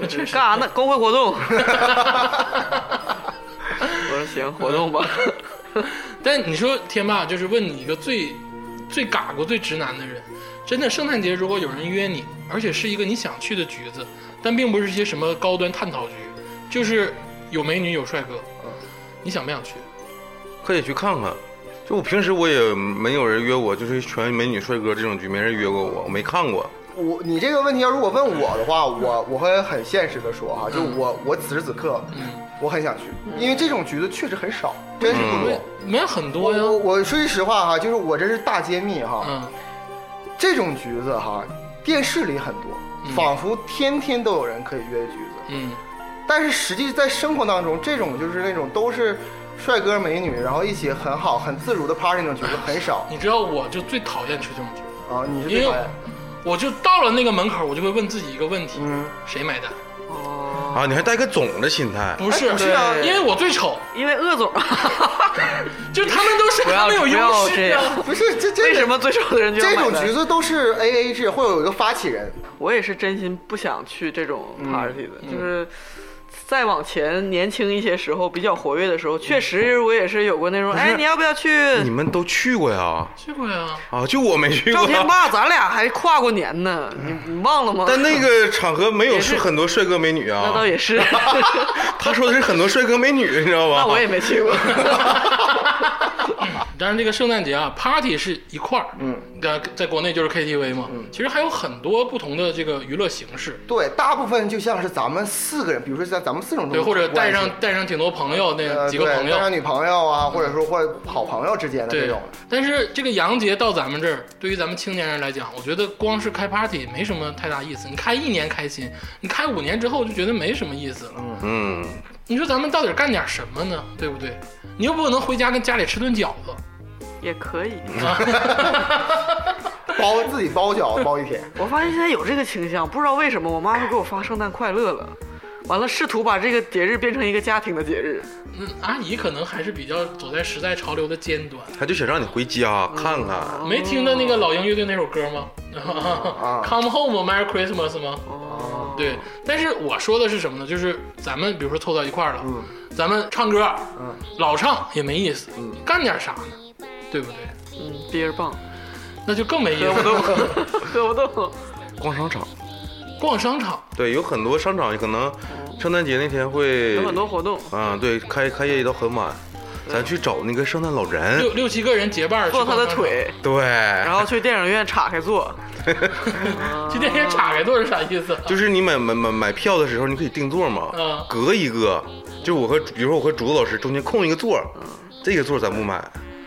Speaker 3: 干啥呢？公会活动，我说行，活动吧。
Speaker 2: 但你说天霸，就是问你一个最最嘎过、最直男的人，真的圣诞节如果有人约你，而且是一个你想去的局子，但并不是一些什么高端探讨局，就是有美女有帅哥，你想不想去？
Speaker 5: 可以去看看。就我平时我也没有人约我，就是全美女帅哥这种局没人约过我，我没看过。
Speaker 4: 我你这个问题要如果问我的话，我
Speaker 5: 嗯
Speaker 4: 我会很现实的说哈、就我我此时此刻，我很想去，因为这种局子确实很少，真是不多。
Speaker 5: 嗯
Speaker 2: 没有很多
Speaker 4: 我我
Speaker 2: 呀，
Speaker 4: 我说句实话哈、就是我这是大揭秘哈、
Speaker 2: 嗯，
Speaker 4: 这种局子哈、电视里很多，仿佛天天都有人可以约的局子。
Speaker 2: 嗯，
Speaker 4: 但是实际在生活当中，这种就是那种都是帅哥美女，然后一起很好、很自如的 party 那种局子很少
Speaker 2: 你知道我就最讨厌去这种局，
Speaker 4: 啊。你是
Speaker 2: 因
Speaker 4: 最
Speaker 2: 为
Speaker 4: 讨厌？
Speaker 2: 我就到了那个门口，我就会问自己一个问题：
Speaker 4: 嗯，
Speaker 2: 谁买单？
Speaker 3: 哦，
Speaker 5: 啊，你还带个总的心态，
Speaker 3: 嗯
Speaker 2: 不是，
Speaker 4: 不是啊
Speaker 2: 因为我最丑，
Speaker 3: 因为鄂 总，
Speaker 2: 就他们都是
Speaker 3: 不
Speaker 2: 他
Speaker 3: 要
Speaker 2: 们有
Speaker 3: 不要
Speaker 2: 优
Speaker 3: 这
Speaker 2: 势啊
Speaker 3: 样。
Speaker 4: 不是这这
Speaker 3: 为什么最丑的人就要
Speaker 4: 这种
Speaker 3: 买单
Speaker 4: 局子都是 A A 制，会有一个发起人。
Speaker 3: 我也是真心不想去这种
Speaker 2: 嗯
Speaker 3: party 的，就是再往前年轻一些时候比较活跃的时候，确
Speaker 2: 嗯
Speaker 3: 实我也是有过那种，哎，你要不要去？
Speaker 5: 你们都去过呀？
Speaker 2: 去过呀，
Speaker 5: 啊，就我没去
Speaker 3: 赵
Speaker 5: 过。
Speaker 3: 天霸，咱俩还跨过年呢，你
Speaker 2: 嗯
Speaker 3: 你忘了吗？
Speaker 5: 但那个场合没有
Speaker 3: 也是
Speaker 5: 是很多帅哥美女
Speaker 3: 那倒
Speaker 5: 啊，
Speaker 3: 也 是，
Speaker 5: 他说的是很多帅哥美女， 你知道吧？
Speaker 3: 那我也没去过。
Speaker 2: 当然，这个圣诞节啊，party 是一块儿，嗯，在在国内就是 KTV 嘛，其实还有很多不同的这个娱乐形式，
Speaker 4: 对，大部分就像是咱们四个人，比如说像咱们四种
Speaker 2: 对，或者带上带上挺多朋友，那
Speaker 4: 呃
Speaker 2: 几个
Speaker 4: 对
Speaker 2: 朋
Speaker 4: 带上
Speaker 2: 友，
Speaker 4: 女朋友啊，或者说或者好朋友之间的这
Speaker 2: 对
Speaker 4: 种。。
Speaker 2: 但是这个洋节到咱们这儿，对于咱们青年人来讲，我觉得光是开 party 没什么太大意思。你开一年开心，你开五年之后就觉得没什么意思了。
Speaker 5: 嗯，
Speaker 2: 你说咱们到底干点什么呢？对不对？你又不能回家跟家里吃顿饺子，
Speaker 3: 也可以，
Speaker 4: 包自己包饺子包一天，
Speaker 3: 我发现现在有这个倾向，不知道为什么，我妈会给我发圣诞快乐了。完了试图把这个节日变成一个家庭的节日。
Speaker 2: 嗯，阿姨可能还是比较走在时代潮流的尖端。
Speaker 5: 他就想让你回家
Speaker 3: 嗯
Speaker 5: 看看。
Speaker 2: 没听到那个老鹰乐队那首歌吗、
Speaker 4: 啊
Speaker 2: c o m e Home Merry Christmas 吗？
Speaker 3: 哦，
Speaker 2: 对，但是我说的是什么呢？就是咱们比如说凑到一块儿了，
Speaker 4: 嗯
Speaker 2: 咱们唱歌，
Speaker 4: 嗯
Speaker 2: 老唱也没意思，干点啥呢？对不对？
Speaker 3: 嗯，憋着棒，
Speaker 2: 那就更没意思。了。
Speaker 3: 喝不动。
Speaker 5: 逛商场，
Speaker 2: 逛商 场，
Speaker 5: 对，有很多商场可能圣诞节那天会
Speaker 3: 有很多活动，
Speaker 5: 啊，对，开开业都很晚，咱去找那个圣诞老人
Speaker 2: 六，六七个人结伴儿去
Speaker 3: 坐他的
Speaker 2: 逛商场，
Speaker 3: 腿，
Speaker 5: 对，
Speaker 3: 然后去电影院岔开坐。
Speaker 2: 去电影岔开坐是啥意思？
Speaker 5: 就是你买买买买票的时候，你可以定座嘛，
Speaker 2: 嗯
Speaker 5: 隔一个，就是我和比如说我和竹子老师中间空一个座，
Speaker 3: 嗯
Speaker 5: 这个座咱不买，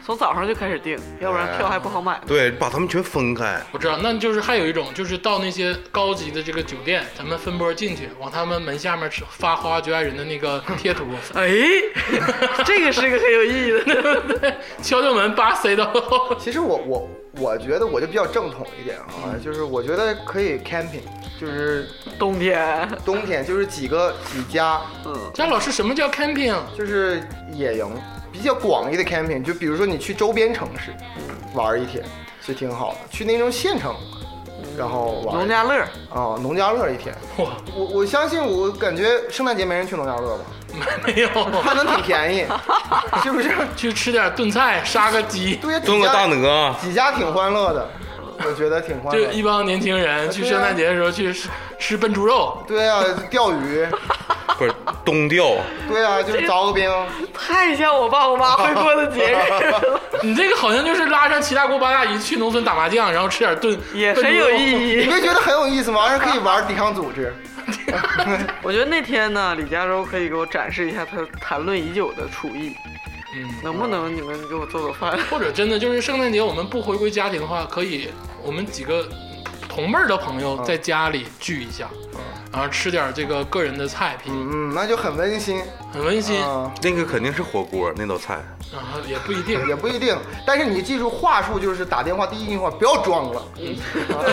Speaker 3: 从早上就开始订，要不然票还不好买。
Speaker 5: 对，把他们全分开，
Speaker 2: 我知道，那就是还有一种，就是到那些高级的这个酒店，咱们分拨进去，往他们门下面吃发《花花绝爱人》的那个贴图，
Speaker 3: 哎， 这个是个很有意义的。
Speaker 2: 对不对？敲敲门，叭塞到，
Speaker 4: 其实我我我觉得我就比较正统一点
Speaker 5: 嗯
Speaker 4: 啊，就是我觉得可以 camping，就是
Speaker 3: 冬天，
Speaker 4: 冬天就是几个几家，
Speaker 3: 嗯，
Speaker 2: 张老师，什么叫 camping？
Speaker 4: 就是野营比较广义的 camping，就比如说你去周边城市
Speaker 5: 嗯
Speaker 4: 玩一天是挺好的，去那种县城，
Speaker 5: 嗯
Speaker 4: 然后玩
Speaker 3: 农家乐，
Speaker 4: 啊、农家乐一天。
Speaker 2: 哇，
Speaker 4: 我我相信，我感觉圣诞节没人去农家乐吧？
Speaker 2: 没有，
Speaker 4: 它能挺 便宜，是不是？
Speaker 2: 去吃点炖菜，杀个鸡，
Speaker 4: 对呀，几
Speaker 5: 炖个
Speaker 4: 家
Speaker 5: 大鹅，
Speaker 4: 几家挺欢乐的，我觉得挺欢
Speaker 2: 就
Speaker 4: 乐
Speaker 2: 一
Speaker 4: 的。
Speaker 2: 帮年轻
Speaker 3: 啊
Speaker 2: 人去圣诞节的时候去吃吃笨猪肉，
Speaker 4: 对呀、钓鱼，
Speaker 5: 不是东调，
Speaker 4: 对呀、就是凿个冰，
Speaker 3: 太像我爸我妈会过的节日了，
Speaker 2: 你这个好像就是拉上七大姑八大姨去农村打麻将，然后吃点炖，
Speaker 3: 也很有
Speaker 2: 义。
Speaker 4: 你
Speaker 3: 意义。
Speaker 4: 没觉得很有意思吗？还是可以玩抵抗组织，
Speaker 3: 我觉得那天呢，李佳洲可以给我展示一下他谈论已久的厨艺，
Speaker 2: 嗯，
Speaker 3: 能不能你们给我做做 饭？
Speaker 2: 或者真的就是圣诞节我们不回归家庭的话，可以我们几个同辈儿的朋
Speaker 3: 嗯
Speaker 2: 友在家里聚一下，然后吃点这个个人的菜品，
Speaker 4: 嗯，那就很温馨
Speaker 2: 很温馨啊，
Speaker 4: 啊、
Speaker 5: 那个肯定是火锅那道菜，
Speaker 3: 嗯
Speaker 2: 也不一定。
Speaker 4: 也不一定。但是你记住话术，就是打电话第一句话不要装了，对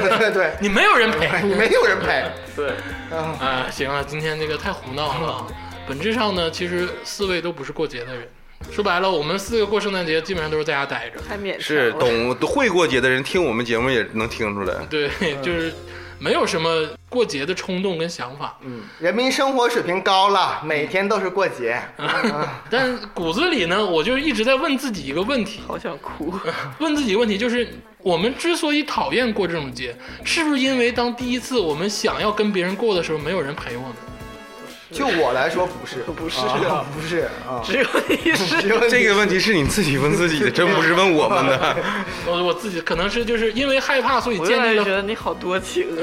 Speaker 4: 对对对，
Speaker 2: 你没有人陪
Speaker 4: 你没有人陪，
Speaker 3: 对，
Speaker 4: 啊，
Speaker 2: 啊！行啊，今天这个太胡闹了。本质上呢，其实四位都不是过节的人。说白了，我们四个过圣诞节基本上都是在家待着。
Speaker 3: 太勉强了。
Speaker 5: 是懂会过节的人听我们节目也能听出来，
Speaker 2: 对，
Speaker 4: 嗯
Speaker 2: 就是没有什么过节的冲动跟想法。
Speaker 4: 嗯，人民生活水平高了，每天都是过节，
Speaker 2: 但骨子里呢，我就一直在问自己一个问题，
Speaker 3: 好想 哭。
Speaker 2: 问自己一个问题就是：我们之所以讨厌过这种节，是不是因为当第一次我们想要跟别人过的时候，没有人陪我们？
Speaker 4: 就我来说不是，
Speaker 3: 不是
Speaker 4: 啊，不是啊，
Speaker 3: 只有你
Speaker 4: 只
Speaker 3: 是
Speaker 4: 有你
Speaker 5: 这个问题是你自己问自己的，真不是问我们 的。
Speaker 2: 我我自己可能是就是因为害怕，所以
Speaker 3: 我越
Speaker 2: 建
Speaker 3: 来
Speaker 2: 立
Speaker 3: 越觉
Speaker 2: 了。
Speaker 3: 得你好多情啊！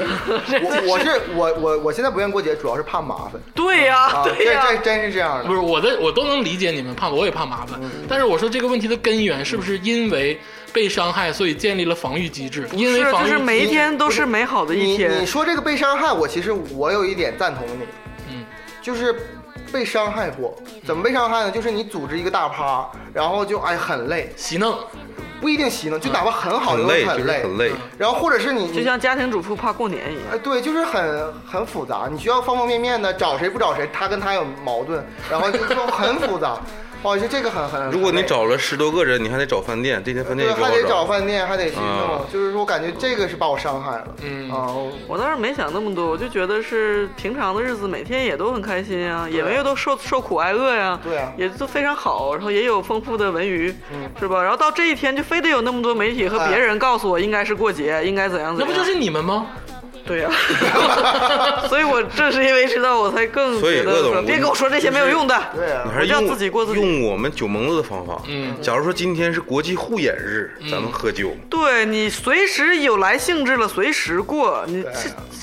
Speaker 4: 我我是我我我现在不愿意过节，主要是怕麻烦
Speaker 3: 对呀，
Speaker 4: 啊，这
Speaker 3: 对呀
Speaker 4: 这，真是这样
Speaker 2: 不
Speaker 4: 的。
Speaker 2: 是我的，我都能理解你们怕，我也怕麻烦。
Speaker 3: 嗯
Speaker 2: 但是我说这个问题的根源是不是因为被伤害，所以建立了防御机制？因为
Speaker 3: 是
Speaker 2: 防
Speaker 3: 就
Speaker 2: 御
Speaker 3: 是每一
Speaker 4: 你
Speaker 3: 天都是美好的一
Speaker 4: 你你
Speaker 3: 天。
Speaker 4: 说这个被伤害，我其实我有一点赞同你，
Speaker 2: 嗯，
Speaker 4: 就是被伤害过，怎么被伤害呢？就是你组织一个大趴，然后就哎很累，
Speaker 2: 洗弄，
Speaker 3: 啊
Speaker 4: 不一定洗能，就哪怕很好
Speaker 5: 很
Speaker 4: 也
Speaker 5: 累，嗯
Speaker 4: 会
Speaker 5: 就是
Speaker 4: 累，
Speaker 5: 很累。
Speaker 4: 然后或者是你
Speaker 3: 就像家庭主妇怕过年一样，
Speaker 4: 哎，对，就是很很复杂，你需要方方面面的找谁不找谁，他跟他有矛盾，然后就就很复杂。哦，就这个很很。
Speaker 5: 如果你
Speaker 4: 很累
Speaker 5: 找了十多个人，你还得找饭店，这些饭店
Speaker 4: 对，
Speaker 5: 也不
Speaker 4: 还
Speaker 5: 好
Speaker 4: 得找饭店，还得去
Speaker 5: 啊
Speaker 4: 弄，就是说，我感觉这个是把我伤害了。
Speaker 2: 嗯
Speaker 4: 啊，我
Speaker 3: 我倒是没想那么多，我就觉得是平常的日子，每天也都很开心啊，也没有都受受苦挨饿呀、
Speaker 4: 对啊嗯
Speaker 3: 也都非常好，然后也有丰富的文娱，是吧？然后到这一天就非得有那么多媒体和
Speaker 4: 哎
Speaker 3: 别人告诉我应该是过节，应该怎样
Speaker 2: 那
Speaker 3: 怎样，
Speaker 2: 不就是你们吗？
Speaker 3: 对 呀、 所以我正是因为知道，我才更
Speaker 5: 所
Speaker 3: 觉
Speaker 5: 以鄂
Speaker 3: 得
Speaker 5: 总
Speaker 3: 说别跟我说这些没有用的，
Speaker 4: 对啊
Speaker 5: 你，还
Speaker 3: 我
Speaker 5: 是
Speaker 3: 就要
Speaker 5: 用
Speaker 3: 自己过自己
Speaker 5: 用我们酒蒙子的方法。
Speaker 2: 嗯
Speaker 5: 假如说今天是国际护眼日，咱们喝酒，
Speaker 3: 对你随时有来兴致了，随时过。你
Speaker 4: 啊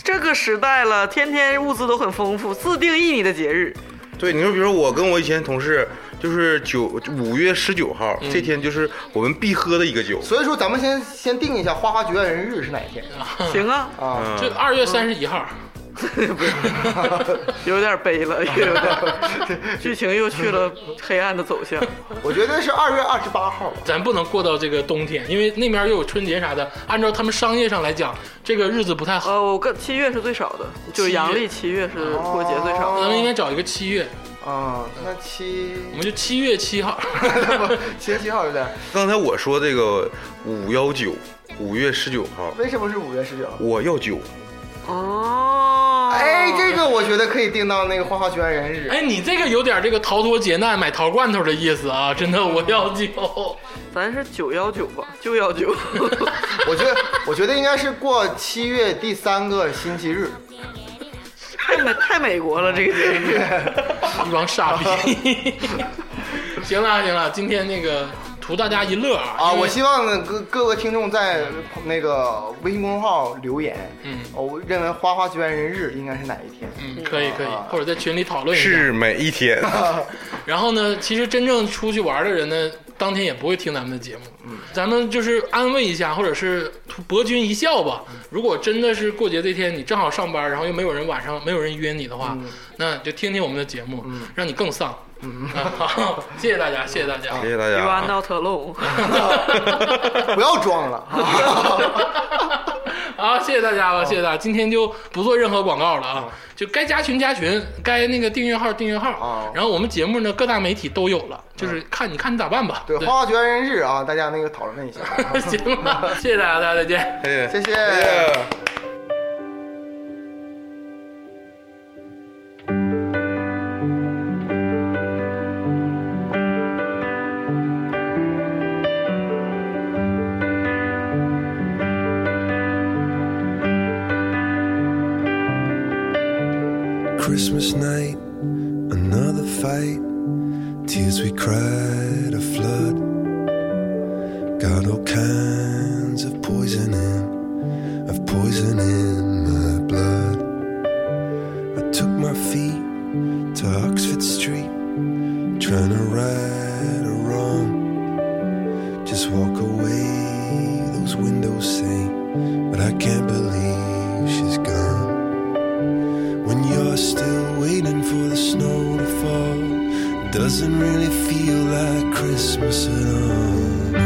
Speaker 3: 这这个时代了，天天物资都很丰富，自定义你的节日。
Speaker 5: 对，你说，比如说我跟我以前同事，就是九五月十九号、这天，就是我们必喝的一个酒。
Speaker 4: 所以说咱们
Speaker 2: 嗯
Speaker 4: 先先定一下花花绝缘人日是哪一天
Speaker 3: 行啊，
Speaker 4: 啊？
Speaker 2: 就二月三十一号，
Speaker 3: 有点悲了，又有点剧情又去了黑暗的走向。
Speaker 4: 我觉得是二月二十八号吧。
Speaker 2: 咱不能过到这个冬天，因为那边又有春节啥的。按照他们商业上来讲，这个日子不太好。
Speaker 3: 呃，我跟七月是最少的，就是阳历七月是过节最少
Speaker 2: 咱
Speaker 3: 的。
Speaker 2: 们应该找一个七月，
Speaker 4: 啊、那七
Speaker 2: 我们就七月七号。
Speaker 4: 七月七号有点，
Speaker 5: 刚才我说这个五幺九，五月十九号，
Speaker 4: 为什么是五月十九？
Speaker 5: 我要酒，
Speaker 3: 哦，
Speaker 4: 哎，这个我觉得可以定到那个花花绝爱人日。
Speaker 2: 哎，你这个有点这个逃脱劫难买桃罐头的意思啊！真的，我要酒。
Speaker 3: 咱是九幺九吧，就幺九。
Speaker 4: 我觉得，我觉得应该是过七月第三个星期日。
Speaker 3: 太美太美国了，这个节日。
Speaker 2: 一帮傻逼。行了行了，今天那个图大家一乐啊！
Speaker 4: 啊，
Speaker 2: 因为
Speaker 4: 我希望呢各各个听众在那个微信公众号留言，
Speaker 2: 嗯
Speaker 4: 哦我认为花花绝缘人日应该是哪一天？
Speaker 2: 嗯，可以可以，或者在群里讨论一下。
Speaker 5: 是每一天。
Speaker 2: 然后呢，其实真正出去玩的人呢，当天也不会听咱们的节目。嗯，咱们就是安慰一下，或者是博君一笑吧。如果真的是过节这天你正好上班，然后又没有人晚上没有人约你的话，那就听听我们的节目，让你更丧。嗯， 好，谢谢大家，谢谢大家。
Speaker 5: 谢谢大
Speaker 3: You
Speaker 5: 家
Speaker 3: are
Speaker 5: 啊。
Speaker 3: not alone。
Speaker 4: 不要装了，
Speaker 2: 好，谢谢大家了，谢谢大家。今天就不做任何广告了啊，就该加群加群，该那个订阅号订阅号
Speaker 4: 哦。
Speaker 2: 然后我们节目呢，各大媒体都有了，就是看你看你咋办吧。
Speaker 4: 对，花花绝缘人日啊，大家那个讨论一下，
Speaker 2: 行吧，谢谢大家，大家再见。
Speaker 5: 谢谢
Speaker 4: 谢谢。
Speaker 6: Christmas night, another fight. Tears we cried, a flood. Got all kinds of poison in, of poison in my blood. I took my feet to Oxford Street, trying to right a wrong. Just walk away, those windows say, but I can't believe she's gone when you're still waiting for the snow to fall. Doesn't really feel like Christmas at all.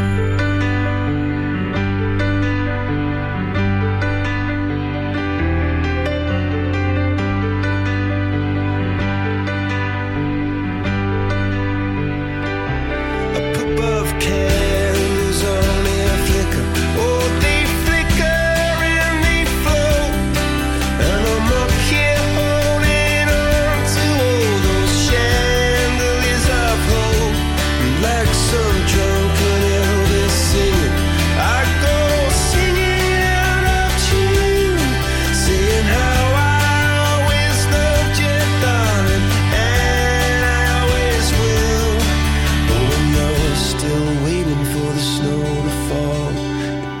Speaker 6: Up above candles only a flicker. Oh, they flicker and they float. And I'm up here holding on to all those chandeliers of hope. And like some drunken Elvis singing, I go singing out of tune, saying how I always loved you, darling, and I always will. Oh, But when you're still waiting for the snow to fall, it